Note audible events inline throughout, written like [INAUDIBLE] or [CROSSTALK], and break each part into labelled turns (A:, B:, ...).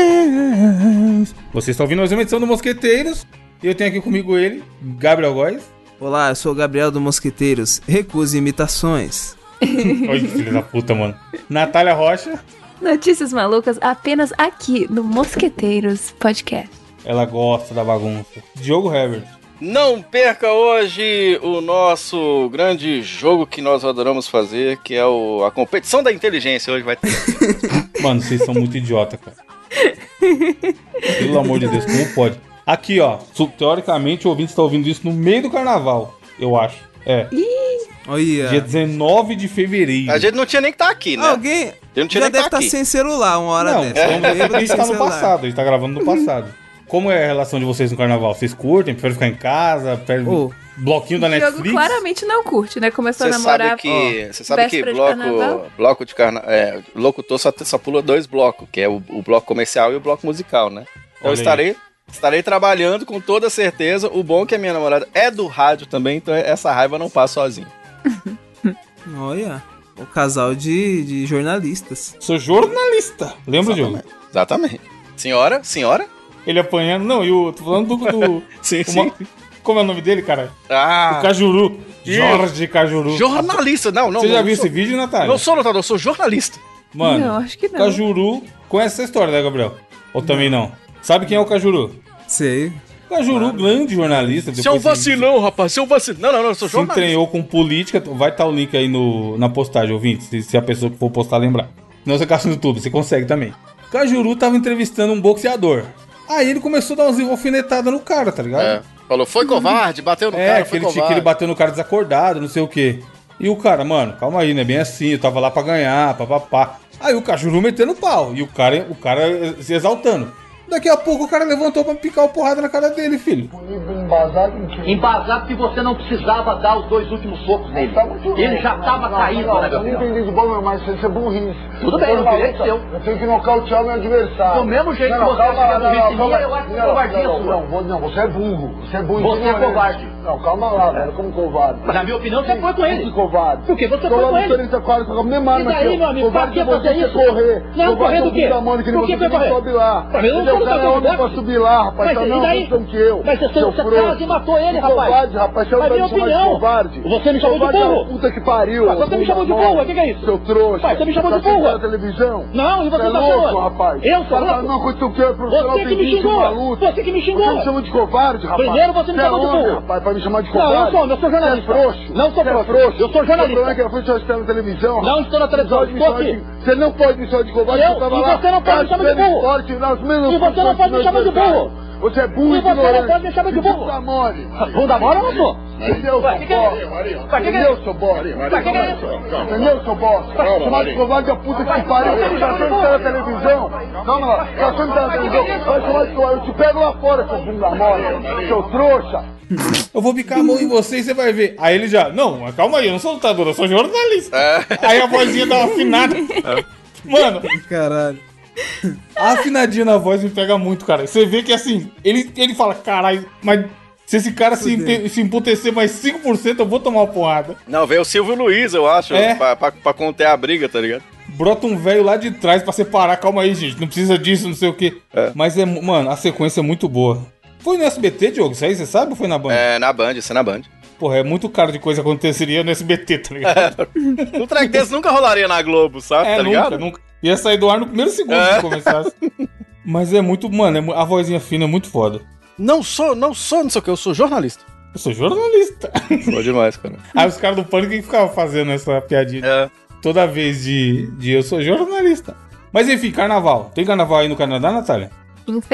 A: Parabéns! Vocês estão ouvindo mais uma edição do Mosqueteiros. E eu tenho aqui comigo ele, Gabriel Góes.
B: Olá, eu sou o Gabriel do Mosqueteiros. Recuse imitações.
A: Olha que filho da puta, mano. Natália Rocha.
C: Notícias malucas apenas aqui no Mosqueteiros Podcast.
A: Ela gosta da bagunça. Diogo Herbert.
D: Não perca hoje o nosso grande jogo que nós adoramos fazer, que é o- a competição da inteligência. Hoje vai ter.
A: Mano, vocês são muito idiota, cara. Pelo amor de Deus, como pode? Aqui, ó. su- Teoricamente, o ouvinte está ouvindo isso no meio do carnaval, eu acho. É. Dia
B: Olha.
A: 19 de fevereiro.
D: É. A gente não tinha nem que estar aqui, né?
B: Alguém
D: Eu não
B: já
D: tinha nem que
B: deve
D: estar
B: estar
D: aqui.
B: sem celular uma hora
A: tá Não,
B: dessa.
A: vamos ver
B: Lembra
A: que a gente
B: sem
A: tá no
B: celular.
A: passado, a gente tá gravando no passado. Como é a relação de vocês no carnaval? Vocês curtem? Preferem ficar em casa? Preferem
B: Ô.
A: bloquinho da
C: O Diogo
A: Netflix?
C: claramente não curte, né? Começou
D: Você
C: a namorar.
D: sabe que, você sabe que
C: véspera de
D: bloco,
C: carnaval.
D: bloco de carnaval. É, locutor só, te- só pula dois blocos, que é o, o bloco comercial e o bloco musical, né?
A: Olha
D: Eu
A: aí.
D: estarei, estarei trabalhando com toda certeza. O bom é que a minha namorada é do rádio também, então essa raiva não passa sozinho.
B: Olha. O casal de, de jornalistas.
A: Sou jornalista. Lembra, Diogo?
D: Exatamente. Senhora? Senhora?
A: Ele apanhando. Não, e o. Tô falando do. [LAUGHS] do-
D: Sim,
A: o ma- Como é o nome dele, cara? O
D: Ah,
A: Cajuru.
D: Ih.
A: Jorge Cajuru.
D: jornalista. Não, não.
A: Você já
D: não
A: viu
D: sou-
A: esse vídeo, Natália?
D: Não sou lutador, sou jornalista.
A: Mano,
C: Não, acho que não.
A: Cajuru conhece essa história, né, Gabriel? Ou também não? Sabe quem é o Cajuru?
B: Sei.
A: Cajuru, grande jornalista.
D: Seu
A: depois se-
D: vacilão, rapaz. Seu vacilão. Não, não, não, eu sou
A: se
D: jornalista.
A: entranhou com política, vai estar o link aí no, na postagem, ouvinte, se, se a pessoa que for postar lembrar. Não, você caça no YouTube, você consegue também. Cajuru tava entrevistando um boxeador. Aí ele começou a dar umas alfinetadas no cara, tá
D: É,
A: ligado?
D: falou, foi covarde, bateu no
A: É,
D: cara,
A: que,
D: foi
A: ele,
D: covarde.
A: que ele bateu no cara desacordado, não sei o quê. E o cara, mano, calma aí, né? Bem assim, eu tava lá pra ganhar, papapá. Aí o Cajuru metendo pau. E o cara, o cara se exaltando. Daqui a pouco o cara levantou pra picar uma porrada na cara dele, filho.
E: Embasado em quê?
F: Embasado que você não precisava dar os dois últimos socos nele.
E: Tá muito
F: Ele
E: bem.
F: já estava
E: Não,
F: caído,
E: não,
F: né,
E: Eu não
F: Gabriel?
E: entendi do bom, mas você é burrice.
F: Tudo bem,
E: Eu tô
F: o direito
E: na
F: é seu.
E: luta, Eu tenho que nocautear meu adversário.
F: Do mesmo jeito que você
E: calma
F: é
E: lá, não,
F: burrice
E: não, calma
F: minha, eu acho que
E: não,
F: covardia
E: não,
F: sua.
E: Não, vou- não, você é burro. Você é burro.
F: Você é
E: ignorante.
F: covarde.
E: Não, calma lá, velho, como covarde.
F: Mas, na minha opinião, você foi com ele.
E: Que covarde.
F: Por quê? Você
E: Tô
F: foi
E: lá
F: com
E: no
F: ele.
E: Torista Quadro, com a minha arma
F: E daí,
E: aqui, ó.
F: meu amigo,
E: Covarde
F: pra que
E: de você
F: fazer
E: quer
F: isso?
E: correr.
F: Não,
E: Covarde
F: correr
E: é um
F: do quê?
E: desarmônio que
F: Por
E: não
F: que
E: você
F: foi
E: nem
F: correr?
E: sobe lá.
F: Mas
E: Entendeu?
F: eu não quero
E: O cara
F: saber
E: é
F: do
E: homem pra
F: boxe.
E: subir lá, rapaz. Tá
F: Mas e
E: na
F: daí?
E: posição que eu.
F: Mas você
E: seu
F: saiu- você
E: frouxo.
F: quase matou ele,
E: Que
F: rapaz.
E: Covarde, rapaz. Você vai
F: Mas minha
E: me chamar de
F: opinião.
E: covarde.
F: Você me chamou de
E: Covarde é
F: burro.
E: um Puta que pariu.
F: Mas você me chamou de burro, o que que é isso?
E: Seu trouxa.
F: Mas você me chamou de
E: assistindo
F: burro.
E: a televisão?
F: Não, e você
E: é
F: tá
E: louco,
F: falando?
E: rapaz.
F: Eu sou
E: Tá
F: louco?
E: falando com tu que é profissional
F: Você que me
E: pedinte,
F: xingou.
E: maluco.
F: Você que me xingou.
E: Você me chamou de covarde, rapaz.
F: Primeiro você me
E: Você é
F: chamou de
E: homem,
F: burro.
E: rapaz, pra me chamar de
F: Não, eu
E: covarde.
F: sou homem, eu sou
E: Você
F: jornalista.
E: é frouxo.
F: Não sou
E: Você é
F: frouxo.
E: frouxo.
F: Eu sou jornalista.
E: O problema é que eu fui te assistir na televisão.
F: Não estou na televisão,
E: Você
F: estou
E: pode me
F: aqui.
E: chamar de- Você não pode me chamar de covarde,
F: Eu?
E: porque eu tava
F: E
E: lá.
F: você não pode me chamar de
E: raspando
F: burro.
E: forte nas mesmas
F: E
E: funções
F: você não pode
E: que
F: me chamar de
E: meus
F: burro.
E: Você é burro,
F: E você não
E: ignorante.
F: pode me chamar de burro.
E: Bunda
F: Ah,
E: mole.
F: Bunda mole eu não sou.
E: Entendeu,
F: Ué,
E: seu
F: que que é isso? Ué,
E: bosta?
F: que que é
E: Entendeu,
F: isso?
E: seu bosta?
F: Ué, que que é isso?
E: Entendeu, seu bosta? Chamar de covarde a puta que pariu.
F: é
E: Tá achando que tá na televisão? Calma lá. Tá achando que tá na televisão? Vai chamar de covarde. Eu te pego lá fora, seu bunda mole. Seu trouxa.
A: Eu vou picar a mão em você e você vai ver. Aí ele já, não, mas calma aí, eu não sou lutador, eu sou jornalista.
D: É.
A: Aí a vozinha dá uma afinada. Mano,
B: Caralho.
A: a afinadinha na voz me pega muito, cara. Você vê que assim, ele, ele fala, caralho, mas se esse cara se,
B: Fudeu.
A: inte- se emputecer mais 5%, eu vou tomar uma porrada.
D: Não, veio o Silvio Luiz, eu acho,
A: É.
D: pra, pra, pra conter a briga, tá ligado?
A: Brota um velho lá de trás pra separar, calma aí, gente, não precisa disso, não sei o quê.
D: É.
A: Mas é, mu- mano, a sequência é muito boa. Foi no SBT, Diogo? Isso aí você sabe ou foi na Band?
D: É, na Band, isso é na [LAUGHS] Band.
A: Porra, é muito caro de coisa aconteceria no SBT, tá ligado?
D: Um track desse nunca rolaria na Globo, sabe?
A: É,
D: tá
A: nunca,
D: ligado?
A: nunca. Ia sair do ar no primeiro segundo
D: É.
A: que começasse. [LAUGHS] Mas é muito, mano, é mu- a vozinha fina é muito foda.
D: Não sou, não sou, não sei o que, eu sou jornalista.
A: Eu sou jornalista. [LAUGHS]
D: Boa demais, cara.
A: Aí os caras do Pânico que ficavam fazendo essa piadinha
D: É.
A: toda vez de, de eu sou jornalista. Mas enfim, carnaval. Tem carnaval aí no Canadá, Natália?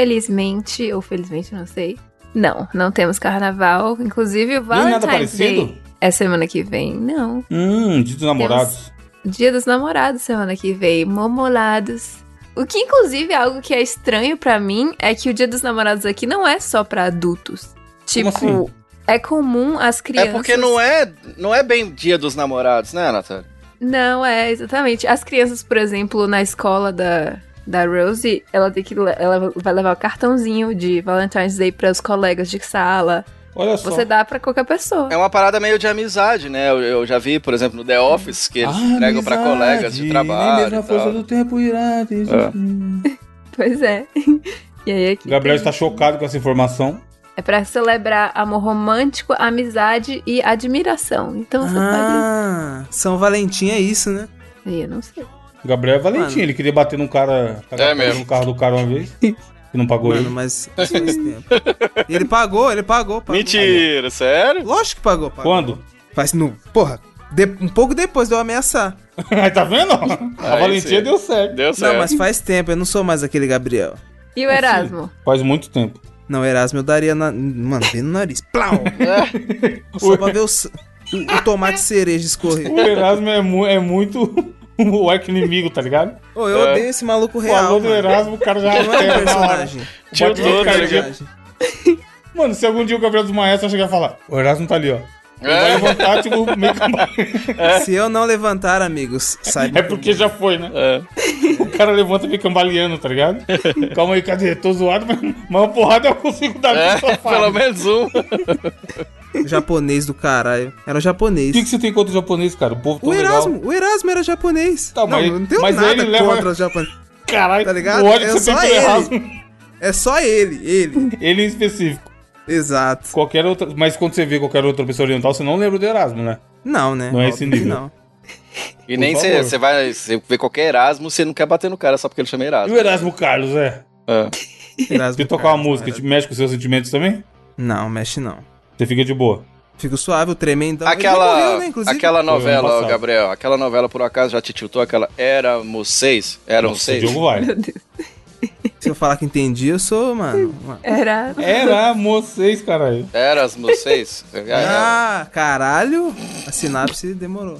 C: Infelizmente, ou felizmente, não sei. Não, não temos carnaval. Inclusive,
A: Nem
C: o
A: nada
C: Valentine's Day
A: parecido?
C: é semana que vem. Não.
A: Hum, de namorados.
C: Dia dos Namorados semana que vem. Momolados. O que, inclusive, é algo que é estranho pra mim é que o Dia dos Namorados aqui não é só pra adultos. Tipo,
A: assim?
C: é comum as
D: É
C: crianças.
D: porque não é, não é bem dia dos namorados, né, Natália?
C: Não, é, exatamente. As crianças, por exemplo, na escola da, da Rose, ela tem que le- ela vai levar o cartãozinho de Valentine's Day para os colegas de sala.
A: Olha só.
C: Você dá pra qualquer pessoa.
D: É uma parada meio de amizade, né? Eu, eu já vi, por exemplo, no The Office, que eles entregam pra
A: Ah, amizade,
D: colegas de
A: Nem
D: trabalho.
A: mesmo a
D: e tal. É.
A: força do tempo irá. te existir.
C: Pois é. [LAUGHS] E aí aqui.
A: Gabriel
C: tem-
A: está chocado com essa informação.
C: É pra celebrar amor romântico, amizade e admiração. Então você
B: Ah, São Valentim é isso, né?
C: pode. Ih, Eu não sei.
A: Gabriel é Valentim,
B: Mano.
A: ele queria bater num cara. tá
D: É mesmo.
A: No carro do cara uma vez. Que não pagou
B: Mano,
A: ele.
B: mas isso faz tempo. Ele pagou, ele pagou. pagou.
D: Mentira, sério?
B: Lógico que pagou, pagou.
A: Quando? [LAUGHS]
B: Faz no. Porra, de- um pouco depois de eu ameaçar.
A: Aí tá vendo? A
D: Aí
A: Valentia
D: sim.
A: deu certo.
D: Deu certo.
B: Não, mas faz tempo, eu não sou mais aquele Gabriel.
C: E o Erasmo?
A: Faz muito tempo.
B: Não, Erasmo eu daria na. Mano, bem no nariz. Plau!
A: É.
B: Só pra ver o, s- o, o tomate cereja escorrer.
D: [LAUGHS]
A: O Erasmo é, mu- é muito [LAUGHS] o arco-inimigo, tá ligado?
B: Ô, eu odeio esse maluco real.
A: Falou do
B: Mano.
A: Erasmo, o cara já
B: Não é um
A: altera na hora.
B: personagem. é um
D: Tio
A: Bate
D: Dudu,
A: uma
D: tá
A: cardinha.
D: ligado?
B: personagem.
A: Mano, se algum dia o Gabriel dos Maestros chegar e falar, o Erasmo tá ali, ó. Ele vai
D: É.
A: levantar, tipo, meio
D: [LAUGHS]
A: cambaleando.
B: Se eu não levantar, amigos,
A: [LAUGHS]
B: saiba.
A: É porque já foi, né?
B: [LAUGHS]
D: É.
A: O cara levanta meio cambaleando, tá ligado?
D: [LAUGHS]
A: Calma aí, cadê? Tô zoado, mas mas uma porrada eu consigo dar
D: É,
A: no sofá. né?
D: pelo menos um.
B: O japonês do caralho. Era o
A: O
B: japonês.
A: que, que você tem contra o japonês, cara? O povo tão
B: O Erasmo,
A: legal.
B: o Erasmo era japonês.
A: Tá,
B: não,
A: mas-
B: eu não tenho
A: mas
B: nada
A: ele leva-
B: contra os japoneses.
A: Caralho,
B: Tá ligado?
A: o ódio
B: É
A: que você
B: só
A: tem pelo
B: ele.
A: Erasmo.
B: É só ele, ele.
A: [LAUGHS] Ele em específico.
B: Exato.
A: Qualquer outra... Mas quando você vê qualquer outra pessoa oriental, você não lembra do Erasmo, né?
B: Não, né?
A: Não é esse
B: Óbvio que
A: nível.
B: Não.
D: [LAUGHS] E nem
A: Por
D: você
A: favor.
D: você vai você vê qualquer Erasmo, você não quer bater no cara só porque ele chama
A: E
D: Erasmo.
A: o Erasmo Carlos, é?
D: É.
B: Erasmo
A: Se tocar uma
B: Carlos,
A: música, tipo-
B: cara.
A: te mexe com seus sentimentos também?
B: Não, mexe não.
A: Você fica de boa.
B: Fico suave, o tremendão. Ele já
D: Aquela,
B: morreu, né, inclusive?
D: aquela
A: Foi ano
D: novela, ó,
A: passado.
D: Gabriel, aquela novela por acaso já te tiltou aquela Éramos Seis? Eram
A: Nossa, O
D: Seis?
A: Diogo vai.
B: Se eu falar que entendi, eu sou, mano. uma-
C: Erasmo.
A: Era vocês, caralho.
D: Éramos
A: [LAUGHS]
D: Seis?
A: É,
D: Ah,
B: Ah, caralho. A sinapse demorou.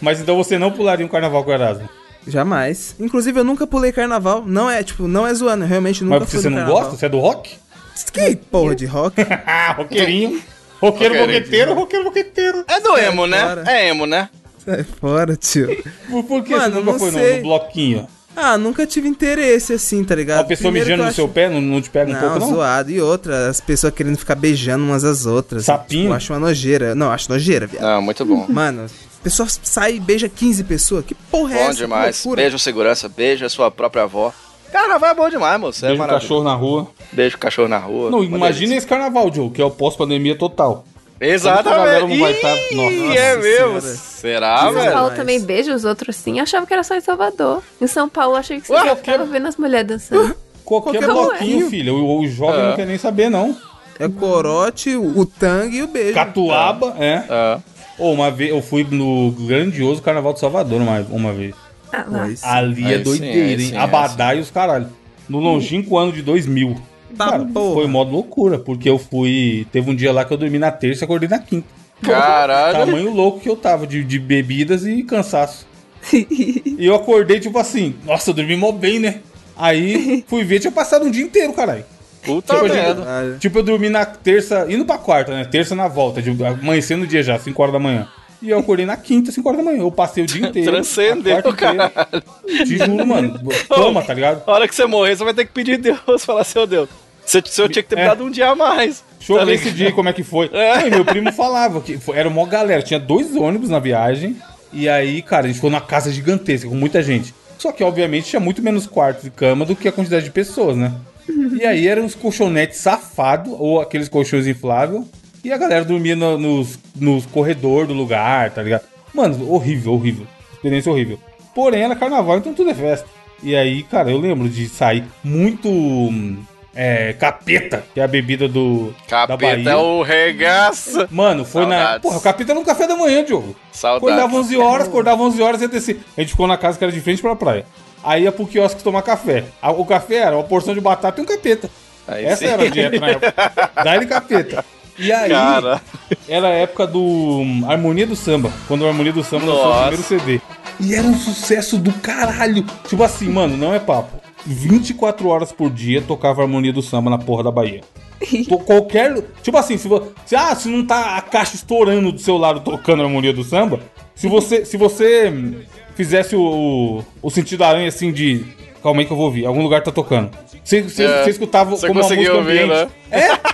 A: Mas então você não pularia um carnaval com o Erasmo?
B: Jamais. Inclusive, eu nunca pulei carnaval. Não é, tipo, não é zoando. Eu realmente nunca
A: Mas porque
B: fui
A: você
B: no
A: não
B: carnaval.
A: gosta? Você é do rock? [LAUGHS]
B: Que porra de rock? [LAUGHS]
A: Ah, roqueirinho. Roqueiro,
D: Roqueirinho.
A: boqueteiro, roqueiro, boqueteiro.
D: É do emo, né?
B: Cara.
D: É emo, né?
B: Sai fora, tio.
A: Por, por que
B: Mano,
A: você nunca
B: não
A: foi no,
B: sei.
A: no bloquinho?
B: Ah, nunca tive interesse assim, tá ligado?
A: Uma pessoa
B: Primeiro
A: mijando
B: que eu
A: no seu
B: acho-
A: pé não, não te pega um
B: Não,
A: pouco, não?
B: zoado. E outra, as pessoas querendo ficar beijando umas às outras.
A: Sapinho?
B: Tipo, eu acho uma nojeira. Não, eu acho nojeira, viado.
D: Não, muito bom.
B: Mano, a pessoa sai e beija 15 pessoas. Que porra é
D: Bom
B: essa? Que
D: demais.
B: loucura.
D: Beijo segurança, beijo a sua própria avó. Carnaval é bom demais, moço. É
A: Beijo o
D: maravilhoso.
A: cachorro na rua.
D: Beijo o cachorro na rua.
A: Não,
D: Uma
A: imagina
D: delícia.
A: esse carnaval, Joe, que é o pós-pandemia total. Como que a galera
D: Exatamente.
A: não vai tá-
D: Ih,
A: Nossa
D: é mesmo.
B: Senhora.
D: Será,
B: Ah,
C: São
B: velho.
D: velho?
C: Paulo também beija os outros assim. Eu achava que era só em Salvador. Em São Paulo, eu achei que você
A: Ué,
C: só
A: que-
C: ficava vendo as mulheres dançando.
A: Qualquer,
B: Qualquer
A: bloquinho,
B: bloquinho.
A: filho. O, o jovem
D: É.
A: não quer nem saber, não.
B: É o corote, o o tangue e o beijo.
A: Catuaba, é.
D: Ah,
A: Ô, uma vez eu fui no grandioso Carnaval de Salvador uma, uma vez.
C: Ah, lá.
B: Pois.
A: Ali é
D: Aí sim, aí
A: doideira,
D: sim,
A: hein?
D: aí
A: Abadá e os caralho. No longínquo ano de 2000.
B: Tá,
A: Cara,
B: porra.
A: foi modo loucura, porque eu fui. Teve um dia lá que eu dormi na terça e acordei na quinta.
D: Caralho.
A: Tá Tamanho louco que eu tava de, de bebidas e cansaço. e eu acordei, tipo assim, nossa, eu dormi mó bem, né? Aí fui ver, tinha passado um dia inteiro, caralho.
D: Puta
B: Tá
A: Tipo,
D: merda.
B: Caralho.
A: Tipo, eu dormi na terça, indo pra quarta, né? Terça na volta, de, amanhecendo o dia já, 5 horas da manhã. E eu acordei na quinta, 5 horas da manhã. Eu passei o dia inteiro.
D: Transcendeu,
A: a quarta inteira. Te juro, mano. Toma, tá ligado?
D: A hora que você morrer, você vai ter que pedir Deus, [LAUGHS] falar, seu Deus. Você, você tinha que ter me
A: É.
D: dado um dia a mais.
A: Deixa eu
D: Tá
A: ver
D: ligado?
A: esse
D: [LAUGHS]
A: dia como é que foi. Aí meu primo falava que foi- era uma galera, tinha dois ônibus na viagem. E aí, cara, a gente ficou numa casa gigantesca com muita gente. Só que, obviamente, tinha muito menos quartos e cama do que a quantidade de pessoas, né?
D: Uhum.
A: E aí eram uns colchonetes safado ou aqueles colchões infláveis. E a galera dormia no- nos, nos corredores do lugar, tá ligado? Mano, horrível, horrível. Experiência horrível. Porém, era carnaval, então tudo é festa. E aí, cara, eu lembro de sair muito hum, é, capeta, que é a bebida do, da
D: Capeta
A: Bahia.
D: é o regaça.
A: Mano, foi na.
D: Saudades.
A: Porra, o capeta era no café da manhã, Diogo. Acordava
D: Saudade.
A: 11 horas, acordava 11 horas e ia descer. A gente ficou na casa que era de frente pra praia. Aí ia pro quiosque tomar café. A- O café era uma porção de batata e um capeta.
D: Aí
A: Essa
D: sim.
A: era a dieta na época.
D: [LAUGHS]
A: Dá-lhe capeta. E aí,
D: Cara.
A: era a época do hum, Harmonia do Samba, quando o Harmonia do Samba lançou
D: Nossa.
A: o primeiro CD. E era um sucesso do caralho. Tipo assim, mano, não é papo. 24 horas por dia tocava a Harmonia do Samba na porra da Bahia.
D: [LAUGHS]
A: Tô- qualquer. Tipo assim, se você. Ah, se não tá a caixa estourando do seu lado tocando a harmonia do samba, se você. Se você hum, fizesse o, o, o sentido aranha assim de. Calma aí que eu vou ouvir. Algum lugar tá tocando. Você, você,
D: É,
A: você escutava
D: você
A: como uma música
D: conseguia ouvir, né?
A: ambiente.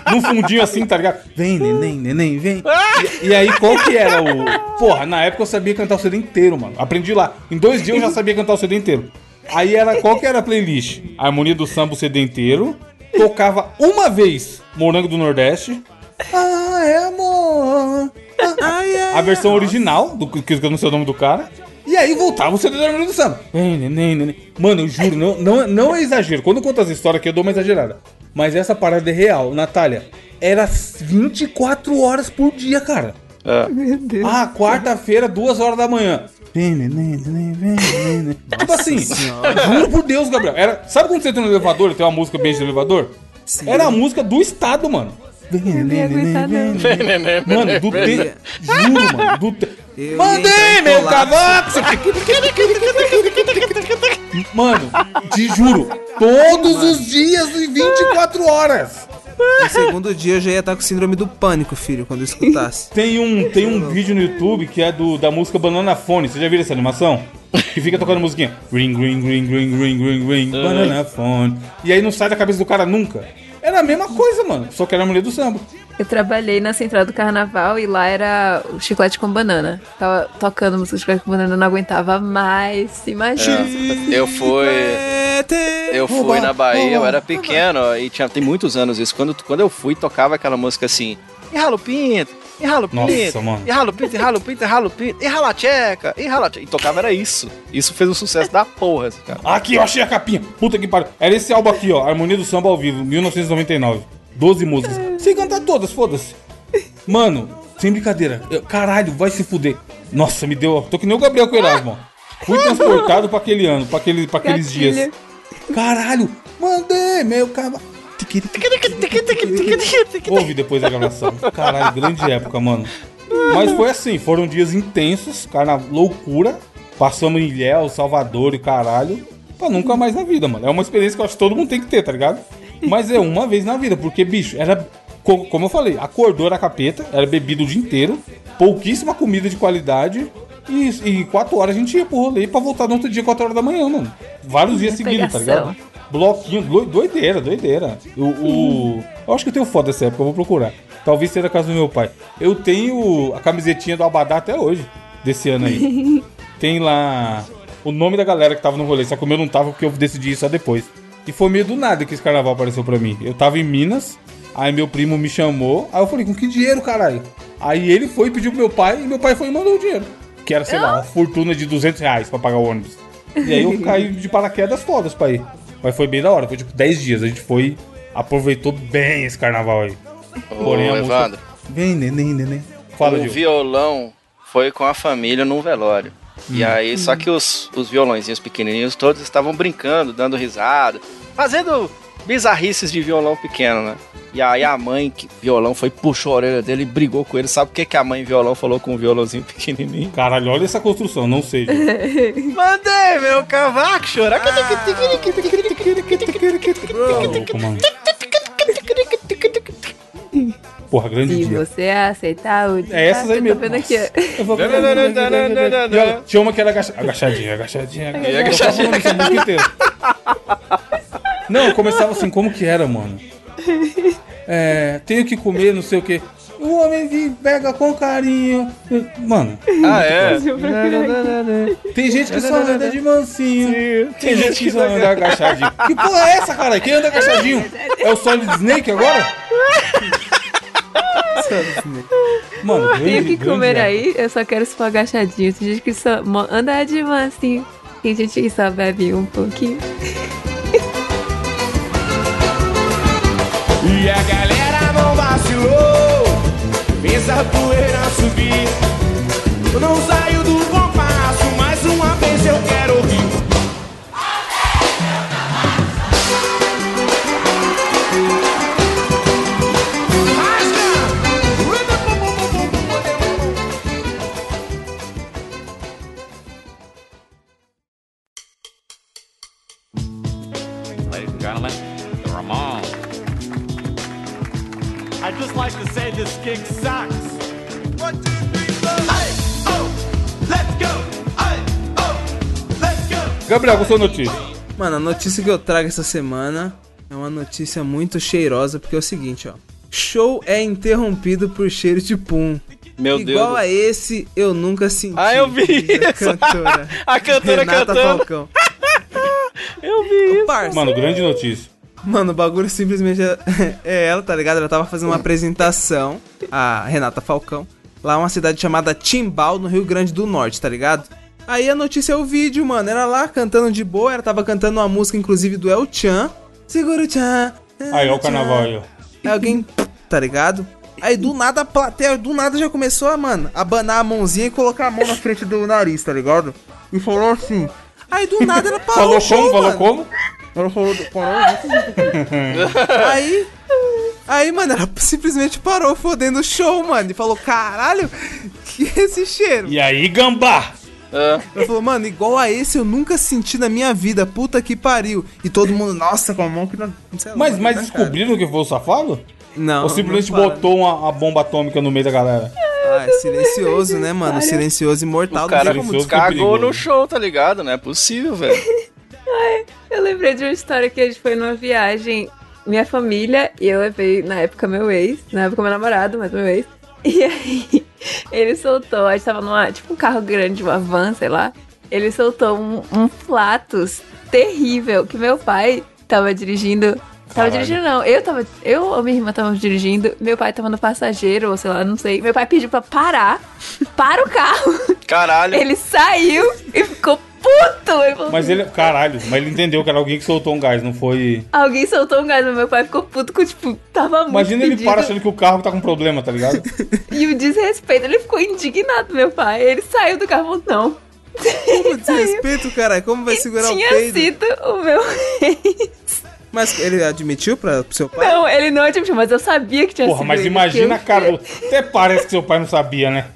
A: É, num fundinho assim, tá ligado? Vem, neném, neném, vem. E, e aí, qual que era o... Porra, na época eu sabia cantar o CD inteiro, mano. Aprendi lá. Em dois dias eu já sabia cantar o CD inteiro. Aí era, qual que era a playlist? Harmonia do Samba, o CD inteiro. Tocava uma vez Morango do Nordeste. Ah, é amor. Ah,
B: Ai, ai,
A: A versão original, do que que eu não sei o nome do cara. E aí voltava o CD da Harmonia do Samba. Né, Ei, neném, neném. Mano, eu juro, não, não, não é exagero. Quando eu conto as histórias aqui, eu dou uma exagerada. Mas essa parada é real, Natália. Era 24 horas por dia, cara.
C: Meu Deus.
A: Ah, quarta-feira, duas horas da manhã. Né, Vem, neném, neném, vem, neném, neném. Tipo assim, juro por Deus, Gabriel. Era, sabe quando você entra no elevador e tem uma música bem de elevador?
B: Sim.
A: Era a música do estado, mano. Vem,
C: não ia aguentar, não.
A: Mano, do tempo. Juro, mano. Do te...
B: Eu ia
A: Mandei,
B: entrar em
A: meu
B: colapso.
A: cavaco! Mano, te juro. Todos os dias e 24 horas.
B: No segundo dia eu já ia estar com síndrome do pânico, filho, quando eu escutasse.
A: Tem um, tem um vídeo no YouTube que é do, da música Banana Fone. Você já viu essa animação? Que fica tocando musiquinha. Ring, ring, ring, ring, ring, ring, ring. Banana Fone. E aí não sai da cabeça do cara nunca. Era a mesma coisa, mano. Só que era a mulher do samba.
C: Eu trabalhei na central do carnaval e lá era o chiclete com banana. Tava tocando música de chiclete com banana, eu não aguentava mais. Imagina.
D: [LAUGHS]
A: É.
D: Eu fui.
B: Tete.
D: Eu fui
A: Oba,
D: na Bahia, eu
A: oba,
D: era pequeno e tinha, tem muitos anos isso. Quando, quando eu fui, tocava aquela música assim: Enralo pinto, enralo
A: Nossa,
D: pinto,
A: mano.
D: enralo pinto, enralo pinto, enralo pinto, enrala a tcheca, enrala a tcheca. E tocava era isso. Isso fez um sucesso da porra, assim, cara.
A: Aqui, eu achei a capinha. Puta que pariu. Era esse álbum aqui, ó. Harmonia do Samba ao vivo, 1999. 12 músicas. Sem cantar todas, foda-se. Mano, sem brincadeira. Eu- caralho, vai se fuder. Nossa, me deu. Tô que nem o Gabriel com o Erasmo, ó. Fui transportado pra aquele ano, pra, aquele, pra aqueles
C: Gatilho.
A: dias. Caralho, mandei meu cavalo. Ouve depois da gravação. Caralho, grande época, mano. Mas foi assim, foram dias intensos, cara, loucura. Passamos em Ilhéus, Salvador e caralho. Pra nunca mais na vida, mano. É uma experiência que eu acho que todo mundo tem que ter, tá ligado? Mas é uma vez na vida, porque, bicho, era. co- Como eu falei, acordou era capeta, era bebido o dia inteiro, pouquíssima comida de qualidade. E, e quatro horas a gente ia pro rolê pra voltar no outro dia, quatro horas da manhã, mano. Vários dias seguidos, tá
C: Pegação.
A: ligado? Bloquinho, doi- doideira, doideira. O, o- Eu acho que eu tenho foto dessa época, eu vou procurar. Talvez seja a casa do meu pai. Eu tenho a camisetinha do Abadá até hoje, desse ano aí. Tem lá o nome da galera que tava no rolê, só que o meu não tava porque eu decidi isso só depois. E foi meio do nada que esse carnaval apareceu pra mim. Eu tava em Minas, aí meu primo me chamou, aí eu falei, com que dinheiro, caralho? Aí ele foi e pediu pro meu pai, e meu pai foi e mandou o dinheiro. Que era, sei lá, uma fortuna de 200 reais pra pagar o ônibus. E aí eu caí de paraquedas fodas pra ir. Mas foi bem da hora, foi tipo 10 dias. A gente foi, aproveitou bem esse carnaval aí.
D: Ô, Evandro,
A: Vem, neném, neném. Fala,
D: o
A: Gil.
D: violão foi com a família num velório. E
A: Hum.
D: aí, só que os, os violõezinhos pequenininhos todos estavam brincando, dando risada, fazendo bizarrices de violão pequeno, né? E aí a mãe, que violão, foi, puxou a orelha dele e brigou com ele. Sabe o que, que a mãe violão falou com o violãozinho pequenininho?
A: Caralho, olha essa construção, não sei. Gil.
D: Mandei meu cavaco chorar.
A: Tá louco, mano. Porra, grande
C: Se
A: dia.
C: você aceitar o
A: É essas aí
C: Ah,
A: mesmo.
C: Tô vendo aqui.
A: Nossa.
C: [LAUGHS] ó.
A: Eu vou- E olha, Tinha uma que era agacha- agachadinha, agachadinha, agachadinha.
D: Agachadinha.
A: Eu tava falando isso a música inteira. Não, eu começava assim, como que era, mano? É, tenho que comer, não sei o quê. O homem vi- pega com carinho. Mano,
D: Ah, é?
C: Deixa eu procurar aqui.
A: tem gente que só anda de mansinho. Tem gente que só anda agachadinho. Que porra é essa, cara? Quem anda agachadinho? É o Solid Snake
C: [LAUGHS]
A: agora? Mano,
C: Tenho
A: grande,
C: que
A: grande
C: comer
A: época.
C: aí, eu só quero se for agachadinho. Tem gente que só mo- anda de mansinho. Tem gente que só bebe um pouquinho.
G: E a galera não vacilou, fez a poeira subir. Eu não saio do compasso, mais uma vez eu quero ouvir.
H: Ladies and gentlemen, the Ramones.
G: I'd just like to say this gig sucks.
A: Gabriel, qual a sua notícia?
B: Mano, a notícia que eu trago essa semana é uma notícia muito cheirosa, porque é o seguinte, ó. Show é interrompido por cheiro de pum.
D: Meu Deus.
B: Igual a esse, eu nunca senti.
D: Ah, eu vi
B: diz a
D: isso.
B: Cantora.
D: A [LAUGHS] cantora
B: Renata
D: cantando.
B: Falcão.
D: [LAUGHS] Eu vi isso.
B: Parça,
A: Mano, grande notícia.
B: Mano, o bagulho simplesmente é, é ela, tá ligado? Ela tava fazendo uma apresentação, a Renata Falcão, lá em uma cidade chamada Timbal, no Rio Grande do Norte, tá ligado? Aí a notícia é o vídeo, mano. Ela lá cantando de boa, ela tava cantando uma música, inclusive, do El Chan. Segura o Chan.
A: Aí, ó o carnaval aí, ó.
B: Aí alguém, tá ligado? Aí do nada a plateia, do nada já começou a, mano, abanar a mãozinha e colocar a mão na frente do nariz, tá ligado? E falou assim. Aí do nada ela
A: Falou
B: parou. o show,
A: como? Falou
B: mano.
A: como?
B: Ela falou, parou, né?
A: [LAUGHS]
B: aí, aí, mano, ela simplesmente parou fodendo o show, mano. E falou, caralho, que é esse cheiro?
A: E aí, gambá?
D: Ah,
B: Ela falou, mano, igual a esse eu nunca senti na minha vida, puta que pariu. E todo mundo, nossa, com a mão que não. não sei lá,
A: Mas,
B: mano,
A: mas
B: tá,
A: descobriram que foi o safado?
B: cara. Não.
A: Ou simplesmente
B: não fala.
A: botou uma, a bomba atômica no meio da galera?
B: Ah, é silencioso, né, mano? Silencioso e mortal.
D: o cara
B: não tem como
A: Perigoso,
D: cagou
A: perigoso.
D: no show, tá ligado? Não é possível, velho.
C: Eu lembrei de uma história que a gente foi numa viagem. Minha família, e eu levei na época meu ex, na época meu namorado, mas meu ex. E aí [LAUGHS] ele soltou, a gente tava numa, tipo um carro grande, uma van, sei lá. Ele soltou um, um flatus terrível que meu pai tava dirigindo. Tava
A: Caralho.
C: dirigindo, não. Eu tava. Eu ou minha irmã tava dirigindo, meu pai tava no passageiro, ou sei lá, não sei. Meu pai pediu pra parar. [LAUGHS] Para o carro. [LAUGHS]
D: Caralho.
C: Ele saiu e ficou puto. Ele falou,
A: Mas ele. Caralho, mas ele entendeu que era alguém que soltou um gás, não foi.
C: Alguém soltou um gás, mas meu pai ficou puto com, tipo, tava muito
A: Imagina ele
C: pedido.
A: para achando que o carro tá com problema, tá
C: [LAUGHS]
A: ligado?
C: E o desrespeito, ele ficou indignado, meu pai. Ele saiu do carro, e falou, não.
B: Pô, Desrespeito, cara. Como vai segurar o
C: Tinha
B: peido?
C: sido o meu ex.
B: Mas ele admitiu pra, pro seu pai?
C: Não, ele não admitiu, mas eu sabia que tinha
A: Porra,
C: sido
A: mas
C: ele,
A: imagina a
C: porque
A: cara. do- Até parece que seu pai não sabia, né?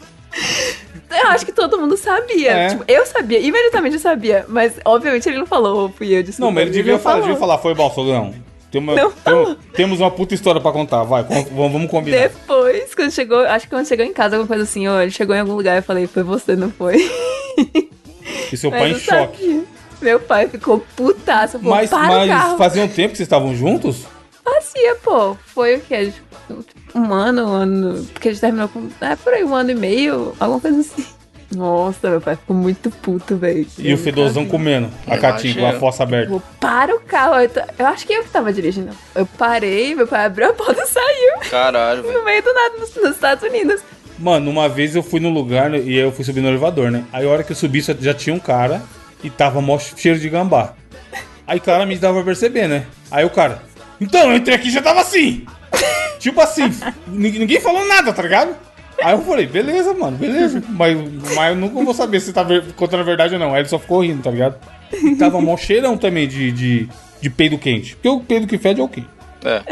C: Eu, eu acho que todo mundo sabia.
A: É.
C: Tipo, eu sabia, imediatamente eu sabia. Mas, obviamente, ele não falou, "Oh, fui eu, desculpa.
A: Não, mas ele devia falar,
C: falou.
A: devia falar, foi Balsogrão. Tem uma,
C: Não
A: tem- um,
C: falou.
A: temos uma puta história pra contar, vai, con- vamos, vamos combinar.
C: Depois, quando chegou, acho que quando chegou em casa, alguma coisa assim, ó, ele chegou em algum lugar, eu falei, foi você, não foi?
A: E seu
C: Mas
A: pai em
C: eu
A: choque.
C: sabia. Meu pai ficou putaço, falou,
A: Mas,
C: para o
A: mas
C: carro.
A: fazia um tempo que vocês estavam juntos?
C: Fazia, pô. Foi o quê? Um ano, um ano. Porque a gente terminou com. É por aí, um ano e meio, alguma coisa assim. Nossa, meu pai ficou muito puto, velho.
A: E o fedozão comendo a
D: Eu
A: catinha com a
D: imagino.
A: fossa aberta.
C: Tipo, para o carro. Eu, ta- eu acho que eu que tava dirigindo. Eu parei, meu pai abriu a porta e saiu
D: Caralho, velho.
C: no meio do nada nos, nos Estados Unidos.
A: Mano, uma vez eu fui num lugar e eu fui subir no elevador, né? Aí a hora que eu subi só- já tinha um cara e tava mó cheiro de gambá. Aí claramente dava pra perceber, né? Aí o cara, então eu entrei aqui e já tava assim. [LAUGHS] tipo assim, nin- ninguém falou nada, tá ligado? Aí eu falei, beleza, mano, beleza. Mas, mas eu nunca vou saber se tá ver- contando a verdade ou não. Aí ele só ficou rindo, tá ligado? E tava mó cheirão também de, de, de peido quente. Porque o peido que fede é o quê?
D: É,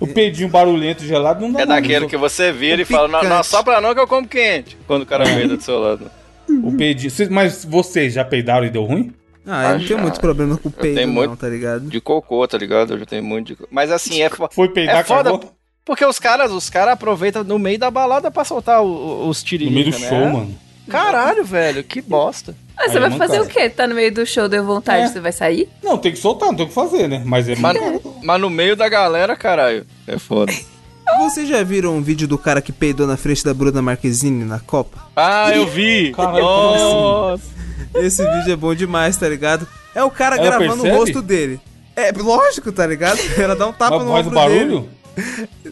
A: O peidinho barulhento, gelado, não dá
D: é
A: nada.
D: daquele que você vira e
B: O
D: fala, não, não,
B: picante.
D: só pra não que eu como quente. Quando o cara peida do seu lado.
A: O peidinho... Vocês- Mas vocês já peidaram e deu ruim?
B: Ah, eu não tenho
D: já.
B: muito problema com o peido,
D: tenho
B: não,
D: muito-
B: tá ligado?
D: De cocô, tá ligado? Eu já tenho muito de... co- Mas assim, é, fo-
A: Foi peidar,
D: É foda,
A: cagou.
D: Porque os caras, os caras aproveitam no meio da balada pra soltar o- o- os
A: No
D: tirinhos. né?
A: meio do show, mano.
D: Caralho, velho, que bosta.
C: Mas você
A: Aí é
C: vai fazer
A: mancada.
C: o quê? Tá no meio do show, deu vontade,
A: É.
C: você vai sair?
A: Não, tem que soltar, não tem o que fazer, né? Mas é
D: Mas,
A: mancada.
D: mas no meio da galera, caralho.
A: [LAUGHS]
D: É foda.
B: Vocês já viram um vídeo do cara que peidou na frente da Bruna Marquezine na Copa?
D: Ah, eu vi!
A: Caralho, assim?
D: Nossa!
B: Esse vídeo é bom demais, tá ligado? É o cara
A: Ela
B: gravando
A: percebe?
B: o rosto dele. É, lógico, tá ligado? [LAUGHS] Ela dá um tapa
A: Mas
B: no
A: faz o
B: rosto
A: barulho?
B: dele.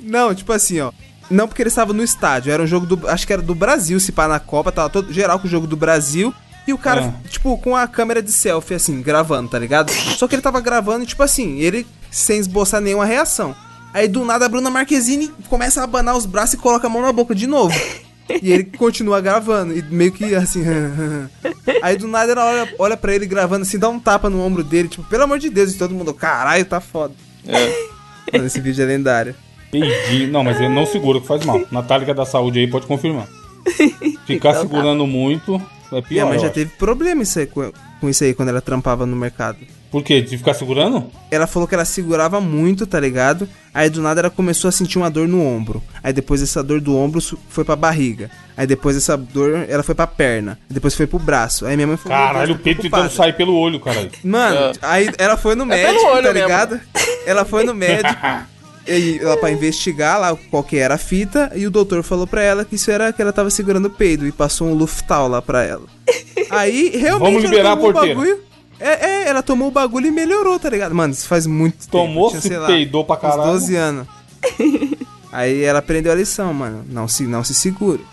B: Não, tipo assim, ó. Não porque ele estava no estádio, era um jogo do. Acho que era do Brasil, se pá na Copa, tava todo geral com o jogo do Brasil. E o cara, tipo, com a câmera de selfie, assim, gravando, tá ligado? Só que ele tava gravando, tipo assim, ele sem esboçar nenhuma reação. Aí do nada a Bruna Marquezine começa a abanar os braços e coloca a mão na boca de novo. E ele continua gravando, e meio que assim. [LAUGHS] Aí do nada ela olha, olha pra ele gravando, assim, dá um tapa no ombro dele, tipo, pelo amor de Deus, e todo mundo, caralho, tá foda. Mano, esse vídeo é lendário.
A: Peidinho. Não, mas ele não segura que faz mal. Natália que é da saúde aí pode confirmar. Ficar segurando muito É
B: Minha
A: pior.
B: mãe
A: eu
B: já
A: acho.
B: teve problema isso aí com com isso aí quando ela trampava no mercado.
A: Por quê? De ficar segurando?
B: Ela falou que ela segurava muito, tá ligado? Aí do nada ela começou a sentir uma dor no ombro. Aí depois essa dor do ombro su- foi pra barriga. Aí depois essa dor, ela foi pra perna. Aí depois foi pro braço. tá Aí minha mãe falou:
A: Caralho,
B: "Meu Deus,
A: o
B: tô
A: peito
B: preocupada."
A: tentando sair pelo olho, caralho.
B: Mano,
A: Ah.
B: aí ela foi
A: É
B: no
D: pelo
B: médico,
D: olho
B: tá
D: mesmo.
B: ligado? Ela foi no
A: [LAUGHS]
B: médico. E ela pra investigar lá qual que era a fita, e o doutor falou pra ela que isso era que ela tava segurando o peido e passou um luftal lá
A: [LAUGHS]
B: pra ela. Aí realmente
A: Vamos liberar a
B: ela tomou o
A: porteira.
B: bagulho. É, é, ela tomou o bagulho e melhorou, tá ligado? Mano, isso faz muito
A: Tomou,
B: tempo.
A: se peidou pra caralho.
B: Uns 12
A: [LAUGHS]
B: anos. Aí ela aprendeu a lição, mano. Não se, não se segure.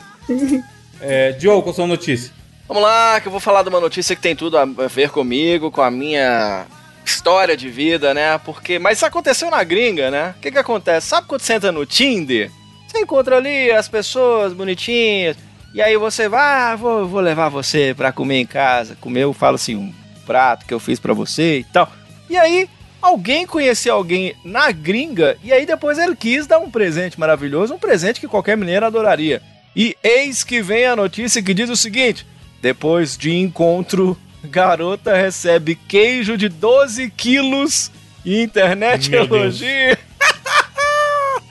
A: É, Diogo, qual a sua notícia?
D: Vamos lá, que eu vou falar de uma notícia que tem tudo a ver comigo, com a minha história de vida, né? Porque, mas isso aconteceu na gringa, né? O que que acontece? Sabe quando você entra no Tinder? Você encontra ali as pessoas bonitinhas, e aí você vai, ah, vou, vou levar você pra comer em casa. Comer, eu falo assim, um prato que eu fiz pra você e tal. E aí, alguém conheceu alguém na gringa, e aí depois ele quis dar um presente maravilhoso, um presente que qualquer mineiro adoraria. E eis que vem a notícia que diz o seguinte: depois de encontro, garota recebe queijo de 12 quilos e internet
A: Meu Deus.
D: elogia.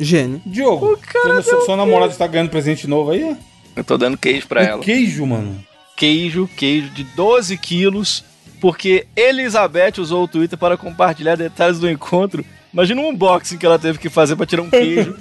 B: Gênio.
A: Diogo, você não- sua, sua namorada está ganhando presente novo aí?
D: Eu tô dando queijo [LAUGHS] pra
A: É
D: ela.
A: queijo, mano.
D: Queijo, queijo de 12 quilos, porque Elizabeth usou o Twitter para compartilhar detalhes do encontro. Imagina um unboxing que ela teve que fazer pra tirar
A: [LAUGHS]
D: um queijo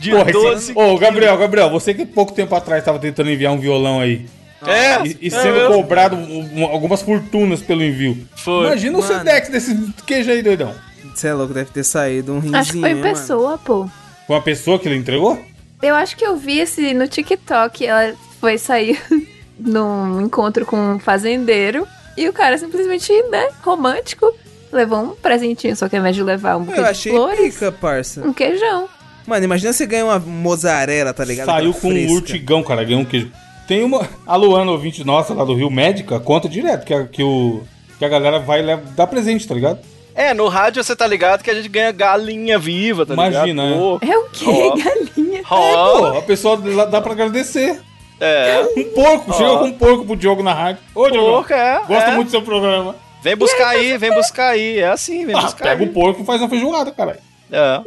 D: de
A: Porra,
D: 12
A: esse... é- Ô, Gabriel, Gabriel, você que pouco tempo atrás estava tentando enviar um violão aí.
D: É,
A: E, e
D: é
A: sendo
D: mesmo.
A: cobrado um- algumas fortunas pelo envio.
D: Foi.
A: Imagina o
B: Mano.
A: Sedex desse queijo aí, doidão.
B: Você é louco, deve ter saído um rinzinho.
C: Acho que foi em
B: hein, mano?
C: pessoa, pô.
A: Foi uma pessoa que ele entregou?
C: Eu acho que eu vi esse no TikTok. Ela foi sair [LAUGHS] num encontro com um fazendeiro. E o cara simplesmente, né, romântico, levou um presentinho. Só que ao invés de levar um buquê
B: Eu
C: de
B: achei
C: flores,
B: pica, parça.
C: um queijão. [LAUGHS]
B: Mano, imagina você ganha uma mozzarella, tá ligado?
A: Saiu
B: Aquela
A: com um
B: fresca.
A: urtigão, cara, ganhou um queijo. Tem uma. A Luana, ouvinte nossa lá do Rio Médica, conta direto que a, que o, que a galera vai leva, dar presente, tá ligado?
D: É, no rádio você tá ligado que a gente ganha galinha viva, tá
A: Imagina, né?
D: ligado?
C: É o quê,
D: Ó.
C: [LAUGHS] galinha?
A: Pô,
D: Imagina.
A: a pessoa lá dá pra agradecer.
D: É,
A: Um porco, chega com um porco pro Diogo na rádio. Ô, Diogo,
D: porco, é.
A: gosto
D: é.
A: muito do seu programa.
D: Vem buscar aí, vem buscar aí. É assim, vem
A: Ah,
D: buscar
A: pega
D: aí.
A: o porco e faz uma feijoada, caralho.
D: É.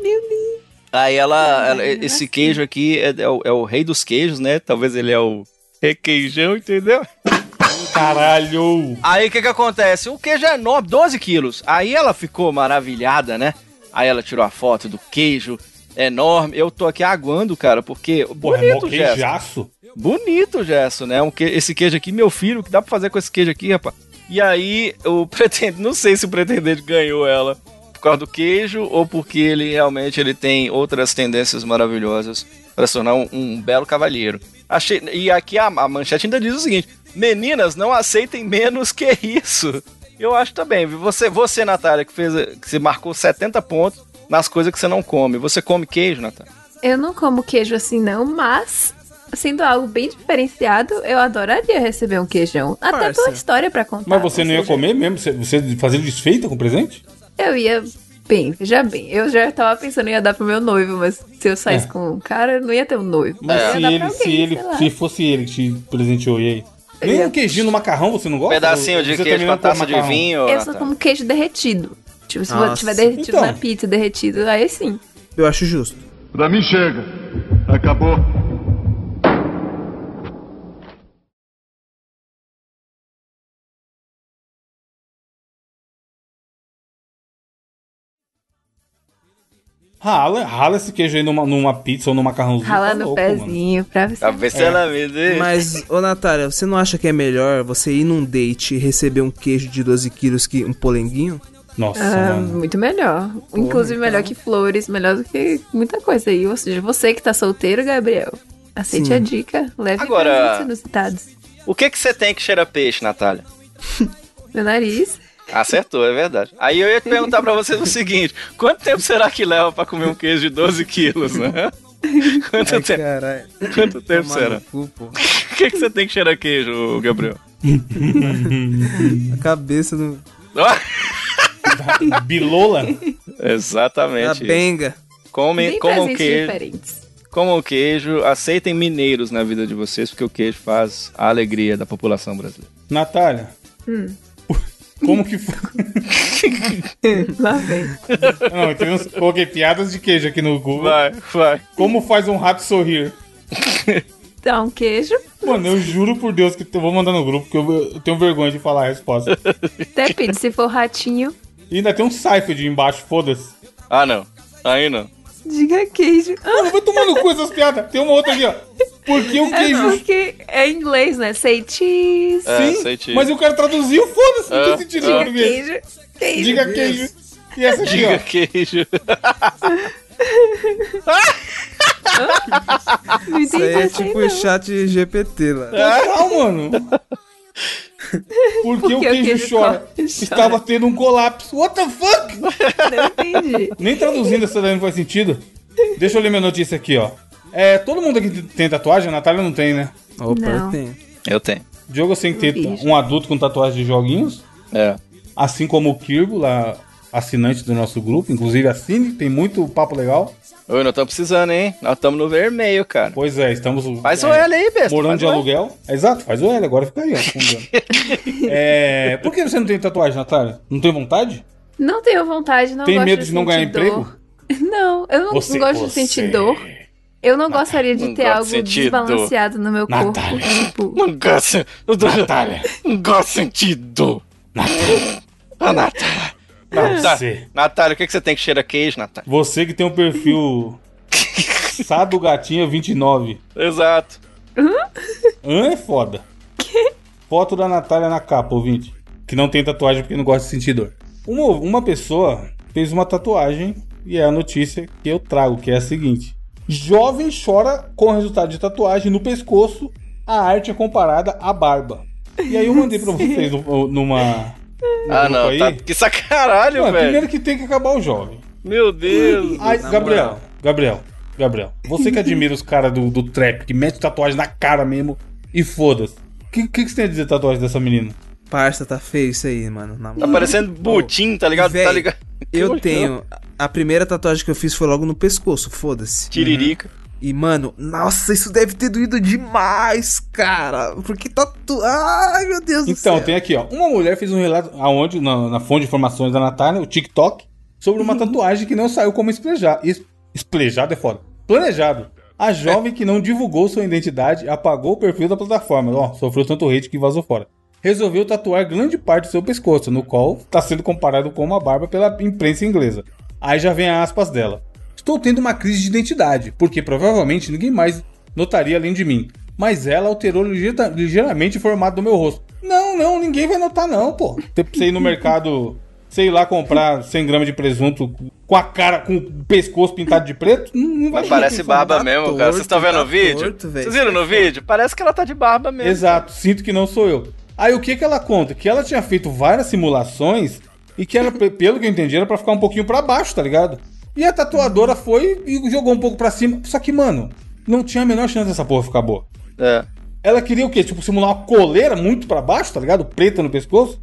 D: Aí ela, ela- esse queijo aqui é, é o, é o rei dos queijos, né? Talvez ele é o requeijão, entendeu?
A: Caralho.
D: Aí o que que acontece? O queijo é enorme, 12 quilos. Aí ela ficou maravilhada, né? Aí ela tirou a foto do queijo enorme. Eu tô aqui aguando, cara, porque...
A: Porra, é mó
D: bonito, Jéssica.
A: queijaço.
D: Bonito, Gerson, né? Um que... Esse queijo aqui, meu filho, o que dá pra fazer com esse queijo aqui, rapaz? E aí, o [LAUGHS] pretendente, não sei se o pretendente ganhou ela por causa do queijo ou porque ele realmente ele tem outras tendências maravilhosas para se tornar um, um belo cavalheiro. Achei... E aqui a, a manchete ainda diz o seguinte: meninas, não aceitem menos que isso. Eu acho também. viu? Você, você Natália, que fez, que você marcou 70 pontos nas coisas que você não come. Você come queijo, Natália?
C: Eu não como queijo assim, não, mas. Sendo algo bem diferenciado, eu adoraria receber um queijão. Até
B: Parça.
C: pela história pra contar.
A: Mas
D: Ah,
A: você não ia comer mesmo? Você, você fazer desfeita com o presente?
C: Eu ia. Bem, veja bem, eu já tava pensando em ia dar pro meu noivo, mas se eu saísse
A: É.
C: com um cara, eu não ia ter um noivo.
A: Mas
D: É.
C: Eu ia
A: se,
C: dar pra
A: ele,
C: alguém,
A: se ele,
C: sei lá.
A: se fosse ele que te presenteou, e aí? Nem um queijinho no macarrão você não gosta?
D: Pedacinho de
A: Você
D: queijo
A: também
D: com
A: não
D: a taça
A: come
D: de
A: macarrão?
D: vinho.
C: Eu só
D: Natália?
C: como queijo derretido. Tipo, se
B: Nossa.
C: tiver derretido
A: Então.
C: na pizza, derretido, aí sim.
B: Eu acho justo.
E: Pra mim chega. Acabou.
A: Rala, rala esse queijo aí numa, numa pizza ou num macarrãozinho.
C: Ralar
A: tá
C: no
A: louco, mano.
C: pezinho pra você.
D: Pra ver se ela me
B: É.
D: deu.
B: Mas, ô Natália, você não acha que é melhor você ir num date e receber um queijo de 12 quilos que
A: [LAUGHS]
B: um polenguinho?
A: Nossa,
C: Ah,
A: mano. então.
C: muito melhor. Inclusive, melhor que flores, melhor do que muita coisa. E, ou seja, você que tá solteiro, Gabriel, aceite
B: Sim.
C: a dica. Leve
D: Agora-
C: presentes inusitados.
D: O que que você tem que cheira peixe, Natália?
C: Meu nariz.
D: Acertou, é verdade. Aí eu ia te perguntar pra vocês o seguinte: quanto tempo será que leva pra comer um queijo de 12 quilos, né? Quanto tempo,
B: caralho.
D: quanto tempo
B: Tomar no
D: será?
B: cu, pô.
D: O que que você tem que cheirar queijo, Gabriel?
B: A cabeça
A: [LAUGHS]
B: do...
D: Ó,
A: Bilola?
D: Exatamente.
B: da
A: [LAUGHS]
D: isso.
B: benga.
D: Come,
B: Tá
C: Tem
D: comam
C: presentes
D: queijo.
C: diferentes.
D: comam queijo, aceitem mineiros na vida de vocês, porque o queijo faz a alegria da população brasileira.
A: Natália. Hum. [LAUGHS] Como que foi?
C: Lá vem.
A: Não, eu tenho uns- coloquei piadas de queijo aqui no Google.
D: Vai, vai.
A: Como faz um rato sorrir?
C: Dá um queijo,
A: Mano, eu juro por Deus que eu vou mandar no grupo, porque eu, eu tenho vergonha de falar a resposta. [LAUGHS]
C: até pede. Se for ratinho,
A: E ainda tem um Seifed embaixo, foda-se.
D: Ah, não. Aí não.
C: diga queijo. Ah,
A: Vai tomar no cu essas piadas. Tem uma outra aqui, ó. Por que o
C: é
A: queijo...
C: porque é em inglês, né? Say cheese.
D: É,
A: Sim,
D: sei te-
A: mas o cara traduziu, foda-se, não
D: É,
A: tem sentido em
D: é.
A: português.
C: Queijo. Queijo.
A: Diga queijo. E essa aqui,
D: Diga
A: ó.
D: queijo.
C: Não
B: Isso aí
C: entendi
B: é
C: essa aí,
B: tipo
C: não.
B: chat GPT lá.
A: Total, mano. Porque o queijo, chora?
C: chora?
A: Estava tendo um colapso. What the fuck?
C: Não né? entendi.
A: Nem traduzindo essa daí não faz sentido. Deixa eu ler minha notícia aqui, ó. É, todo mundo aqui tem tatuagem? A Natália não tem, né?
B: Opa,
C: Não.
B: eu tenho.
D: Eu tenho.
A: Diogo sem ter
C: Bicho.
A: um adulto com tatuagem de joguinhos.
D: É.
A: Assim como o Kirbo, lá, assinante do nosso grupo. Inclusive assine, tem muito papo legal.
D: Oi, nós estamos precisando, hein? Nós estamos no vermelho, cara.
A: Pois é, estamos...
D: Faz
A: é,
D: o L aí, besta.
A: Morando
D: faz
A: de
D: o L.
A: aluguel. Exato, faz o L, agora fica aí, ó. fundando.
D: [LAUGHS]
A: é, por que você não tem tatuagem, Natália? Não tem vontade?
C: Não tenho vontade, não
A: Tem
C: gosto
A: medo de
C: de
A: não ganhar
C: sentir dor. [LAUGHS] Não, eu não,
A: Você-
C: não gosto de
A: você-
C: sentir dor. Eu não gostaria de
D: não
C: ter
D: gosto de
C: algo
D: sentir
C: desbalanceado no meu corpo.
A: Natália.
C: Tipo,
D: Não gosta. Natália. [LAUGHS] Não gosta sentido. Ah, Natália. Tá.
A: Você.
D: Natália, o que, que você tem que cheira queijo, Natália?
A: Tá. Você que tem um
D: [LAUGHS]
A: perfil Sado Gatinha 29.
D: Exato.
A: Hã é foda. Foto da Natália na capa, ouvinte. Que não tem tatuagem porque não gosta de sentir dor. Uma, uma pessoa fez uma tatuagem e é a notícia que eu trago, que é a seguinte. Jovem chora com resultado de tatuagem no pescoço, a arte é comparada à barba. E aí eu mandei [LAUGHS] pra vocês um- numa... num
D: Ah,
A: grupo
D: não.
A: aí.
D: Tá... Que sacanalho,
A: Mano,
D: velho.
A: primeiro que tem que acabar o jovem.
D: Meu Deus.
A: Ai,
B: Na
A: Gabriel,
B: moral.
A: Gabriel, Gabriel, você que admira os caras do, do trap, que mete tatuagem na cara mesmo e foda-se. O que, que, que você tem a dizer da tatuagem dessa menina?
B: Parça, tá feio isso aí, mano. Na
D: Tá
B: moral.
D: parecendo butim, tá ligado?
B: Véi,
D: tá ligado?
B: Eu tenho. A primeira tatuagem que eu fiz foi logo no pescoço, foda-se.
D: Tiririca.
B: E, mano, nossa, isso deve ter doído demais, cara. Porque tatu. Ai, meu Deus do céu.
A: Então, tem aqui, ó. Uma mulher fez um relato aonde, na, na fonte de informações da Natália, o TikTok, sobre
B: Uhum.
A: uma tatuagem que não saiu como esplejar. Es- Esplejado é foda. Planejado. A jovem que não divulgou sua identidade apagou o perfil da plataforma. Ó, sofreu tanto hate que vazou fora. Resolveu tatuar grande parte do seu pescoço, no qual está sendo comparado com uma barba pela imprensa inglesa. Aí já vem a aspas dela. Estou tendo uma crise de identidade, porque provavelmente ninguém mais notaria além de mim. Mas ela alterou ligeira- ligeiramente o formato do meu rosto. Não, não, ninguém vai notar não, pô. Você precisa ir no mercado, sei lá, comprar 100 gramas de presunto com a cara, com o pescoço pintado de preto? Não, não vai
D: Mas parece
A: pensar.
D: barba
B: tá
D: mesmo,
B: torto,
D: cara. Vocês estão vendo
B: tá
D: o vídeo?
B: torto, véi.
D: Vocês viram no vídeo? Parece que ela tá de barba mesmo.
A: Exato, sinto que não sou eu. Aí o que que ela conta? Que ela tinha feito várias simulações e que era, pe- pelo que eu entendi, era pra ficar um pouquinho pra baixo, tá ligado? E a tatuadora foi e jogou um pouco pra cima. Só que, mano, não tinha a menor chance dessa porra ficar boa.
D: É.
A: Ela queria o quê? Tipo, simular uma coleira muito pra baixo, tá ligado? Preta no pescoço?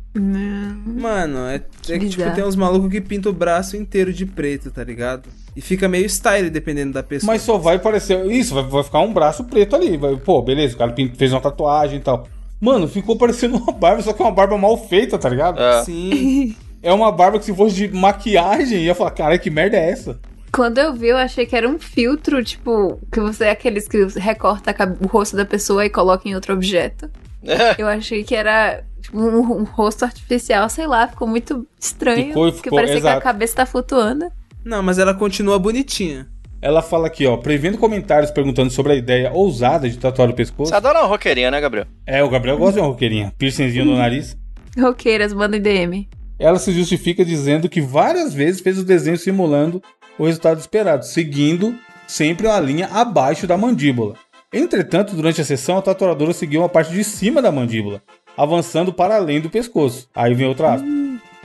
B: Mano, é, é que tipo,
C: bizarro.
B: tem uns malucos que pintam o braço inteiro de preto, tá ligado? E fica meio style dependendo da pessoa.
A: Mas só vai parecer. Isso, vai, vai ficar um braço preto ali. Vai, pô, beleza, o cara pin- fez uma tatuagem e tal. Mano, ficou parecendo uma barba, só que é uma barba mal feita, tá ligado?
C: [LAUGHS]
D: É.
B: Sim.
A: É uma barba que se fosse de maquiagem, ia falar, cara, que merda é essa?
C: quando eu vi, eu achei que era um filtro, tipo, que você é aqueles que recorta a cabe- o rosto da pessoa e coloca em outro objeto.
A: É.
C: Eu achei que era tipo, um, um rosto artificial, sei lá, ficou muito estranho.
A: Ficou e
C: porque
A: ficou,
C: parecia
A: exato.
C: que a cabeça tá flutuando.
B: Não, mas ela continua bonitinha.
A: Ela fala aqui, ó, prevendo comentários perguntando sobre a ideia ousada de tatuar o pescoço.
D: Você adora uma roqueirinha, né, Gabriel?
A: É, o Gabriel gosta de uma roqueirinha, piercingzinho no nariz.
C: Roqueiras, mandem DM.
A: Ela se justifica dizendo que várias vezes fez o desenho simulando o resultado esperado, seguindo sempre uma linha abaixo da mandíbula. Entretanto, durante a sessão, a tatuadora seguiu uma parte de cima da mandíbula, avançando para além do pescoço. Aí vem outra aspa.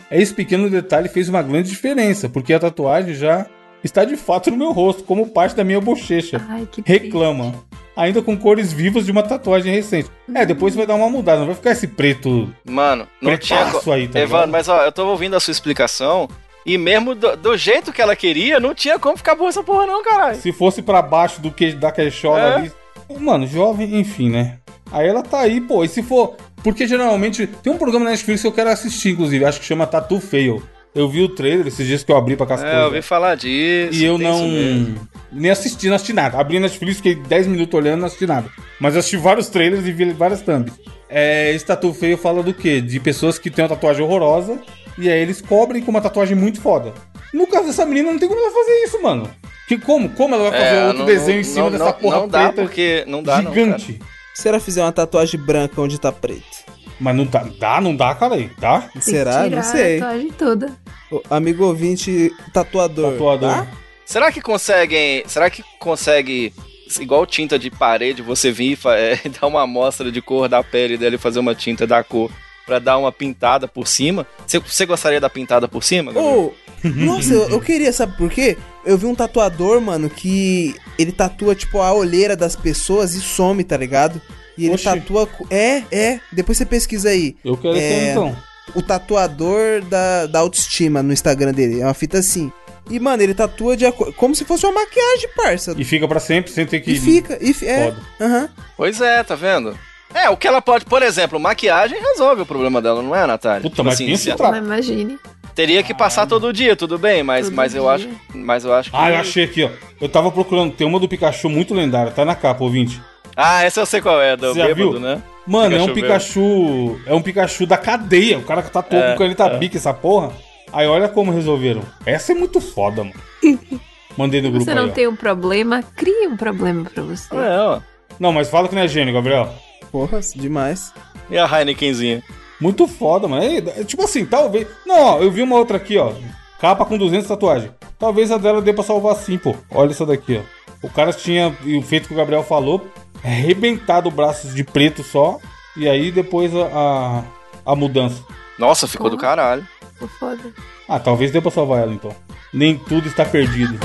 A: Esse pequeno detalhe fez uma grande diferença, porque a tatuagem já está de fato no meu rosto, como parte da minha bochecha.
C: Ai, que
A: reclama. Ainda com cores vivas de uma tatuagem recente. É, depois vai dar uma mudada, não vai ficar esse preto
D: Mano, não tinha.
A: pretaço
D: co-
A: aí, tá
D: Evandro,
A: ligado?
D: mas ó, eu tô ouvindo a sua explicação E mesmo do, do jeito que ela queria, não tinha como ficar boa essa porra, não, caralho.
A: Se fosse pra baixo do que da queixola
D: É.
A: ali. Mano, jovem, enfim, né? Aí ela tá aí, pô. E se for. Porque geralmente. Tem um programa na Netflix que eu quero assistir, inclusive. Acho que chama Tatu Fail. Eu vi o trailer esses dias que eu abri pra casar.
D: É, eu ouvi falar disso.
A: E eu
D: tem isso mesmo.
A: não. Nem assisti, não assisti nada. Abri na Netflix, fiquei 10 minutos olhando, não assisti nada. Mas eu assisti vários trailers e vi várias thumbs. É, esse tatu feio fala do quê? De pessoas que têm uma tatuagem horrorosa e aí eles cobrem com uma tatuagem muito foda. No caso dessa menina, não tem como ela fazer isso, mano. Que como? Como ela vai fazer
D: É,
A: outro
D: não-
A: desenho em
D: não-
A: cima
D: não-
A: dessa porra
D: Não dá,
A: preta
D: porque não dá, não. cara.
A: gigante?
B: Se ela fizer uma tatuagem branca onde tá preto.
A: Mas não dá, dá, não dá, cara aí, tá?
C: Tem que
B: Será?
C: tirar né, tá?
B: Não sei.
C: A tatuagem toda.
B: O amigo ouvinte, tatuador.
A: Tatuador.
B: tá?
D: Será que conseguem. Será que consegue. Igual tinta de parede, você vir e fa- é, [LAUGHS] dar uma amostra de cor da pele dela e fazer uma tinta da cor pra dar uma pintada por cima? Você, você gostaria da pintada por cima? Gabriel?
B: Ou, [LAUGHS] nossa, eu, eu queria, sabe por quê? Eu vi um tatuador, mano, que ele tatua, tipo, a olheira das pessoas e some, tá ligado? E ele
A: Oxi.
B: tatua. co- É, é. Depois você pesquisa aí.
A: Eu quero
B: É.
A: ser então.
B: O tatuador da, da autoestima no Instagram dele. É uma fita assim. E, mano, ele tatua de acordo. Como se fosse uma maquiagem, parça.
A: E fica pra sempre sem ter que.
B: E fica, e fi- é.
A: Foda.
B: Aham.
D: Pois é, tá vendo? É, o que ela pode, por exemplo, maquiagem resolve o problema dela, não é, Natália?
A: Puta, mas é pensa
D: se
A: o
D: ela-
A: trato.
C: Mas imagine.
D: teria que passar todo dia, tudo bem, mas,
C: Todo
D: mas eu
C: dia.
D: acho, mas eu acho que
A: Ah, eu achei aqui, ó. Eu tava procurando, tem uma do Pikachu muito lendária, tá na capa, ouvinte.
D: Ah, essa eu sei qual é, do
A: Você já
D: bêbado,
A: viu?
D: né?
A: Mano, é um
D: Pikachu
A: Pikachu. É um Pikachu da cadeia. O cara que tá todo
D: É,
A: com caneta bica, essa porra. Aí olha como resolveram. Essa é muito foda, mano.
C: [LAUGHS]
A: Mandei no grupo
C: Você
A: aí,
C: não
A: ó.
C: tem um problema, crie um problema pra você.
D: É, ó.
A: Não, mas fala que não é gênio, Gabriel.
B: Porra, demais.
D: E a Heinekenzinha?
A: Muito foda, mano. É, é tipo assim, talvez. Não, ó, eu vi uma outra aqui, ó. Capa com 200 tatuagem. Talvez a dela dê pra salvar sim, pô. Olha essa daqui, ó. O cara tinha e o feito que o Gabriel falou, arrebentado o braço de preto só. E aí depois a, a, a mudança.
D: Nossa, ficou do caralho.
C: Pô, Foda.
A: Ah, talvez dê pra salvar ela então. Nem tudo está perdido.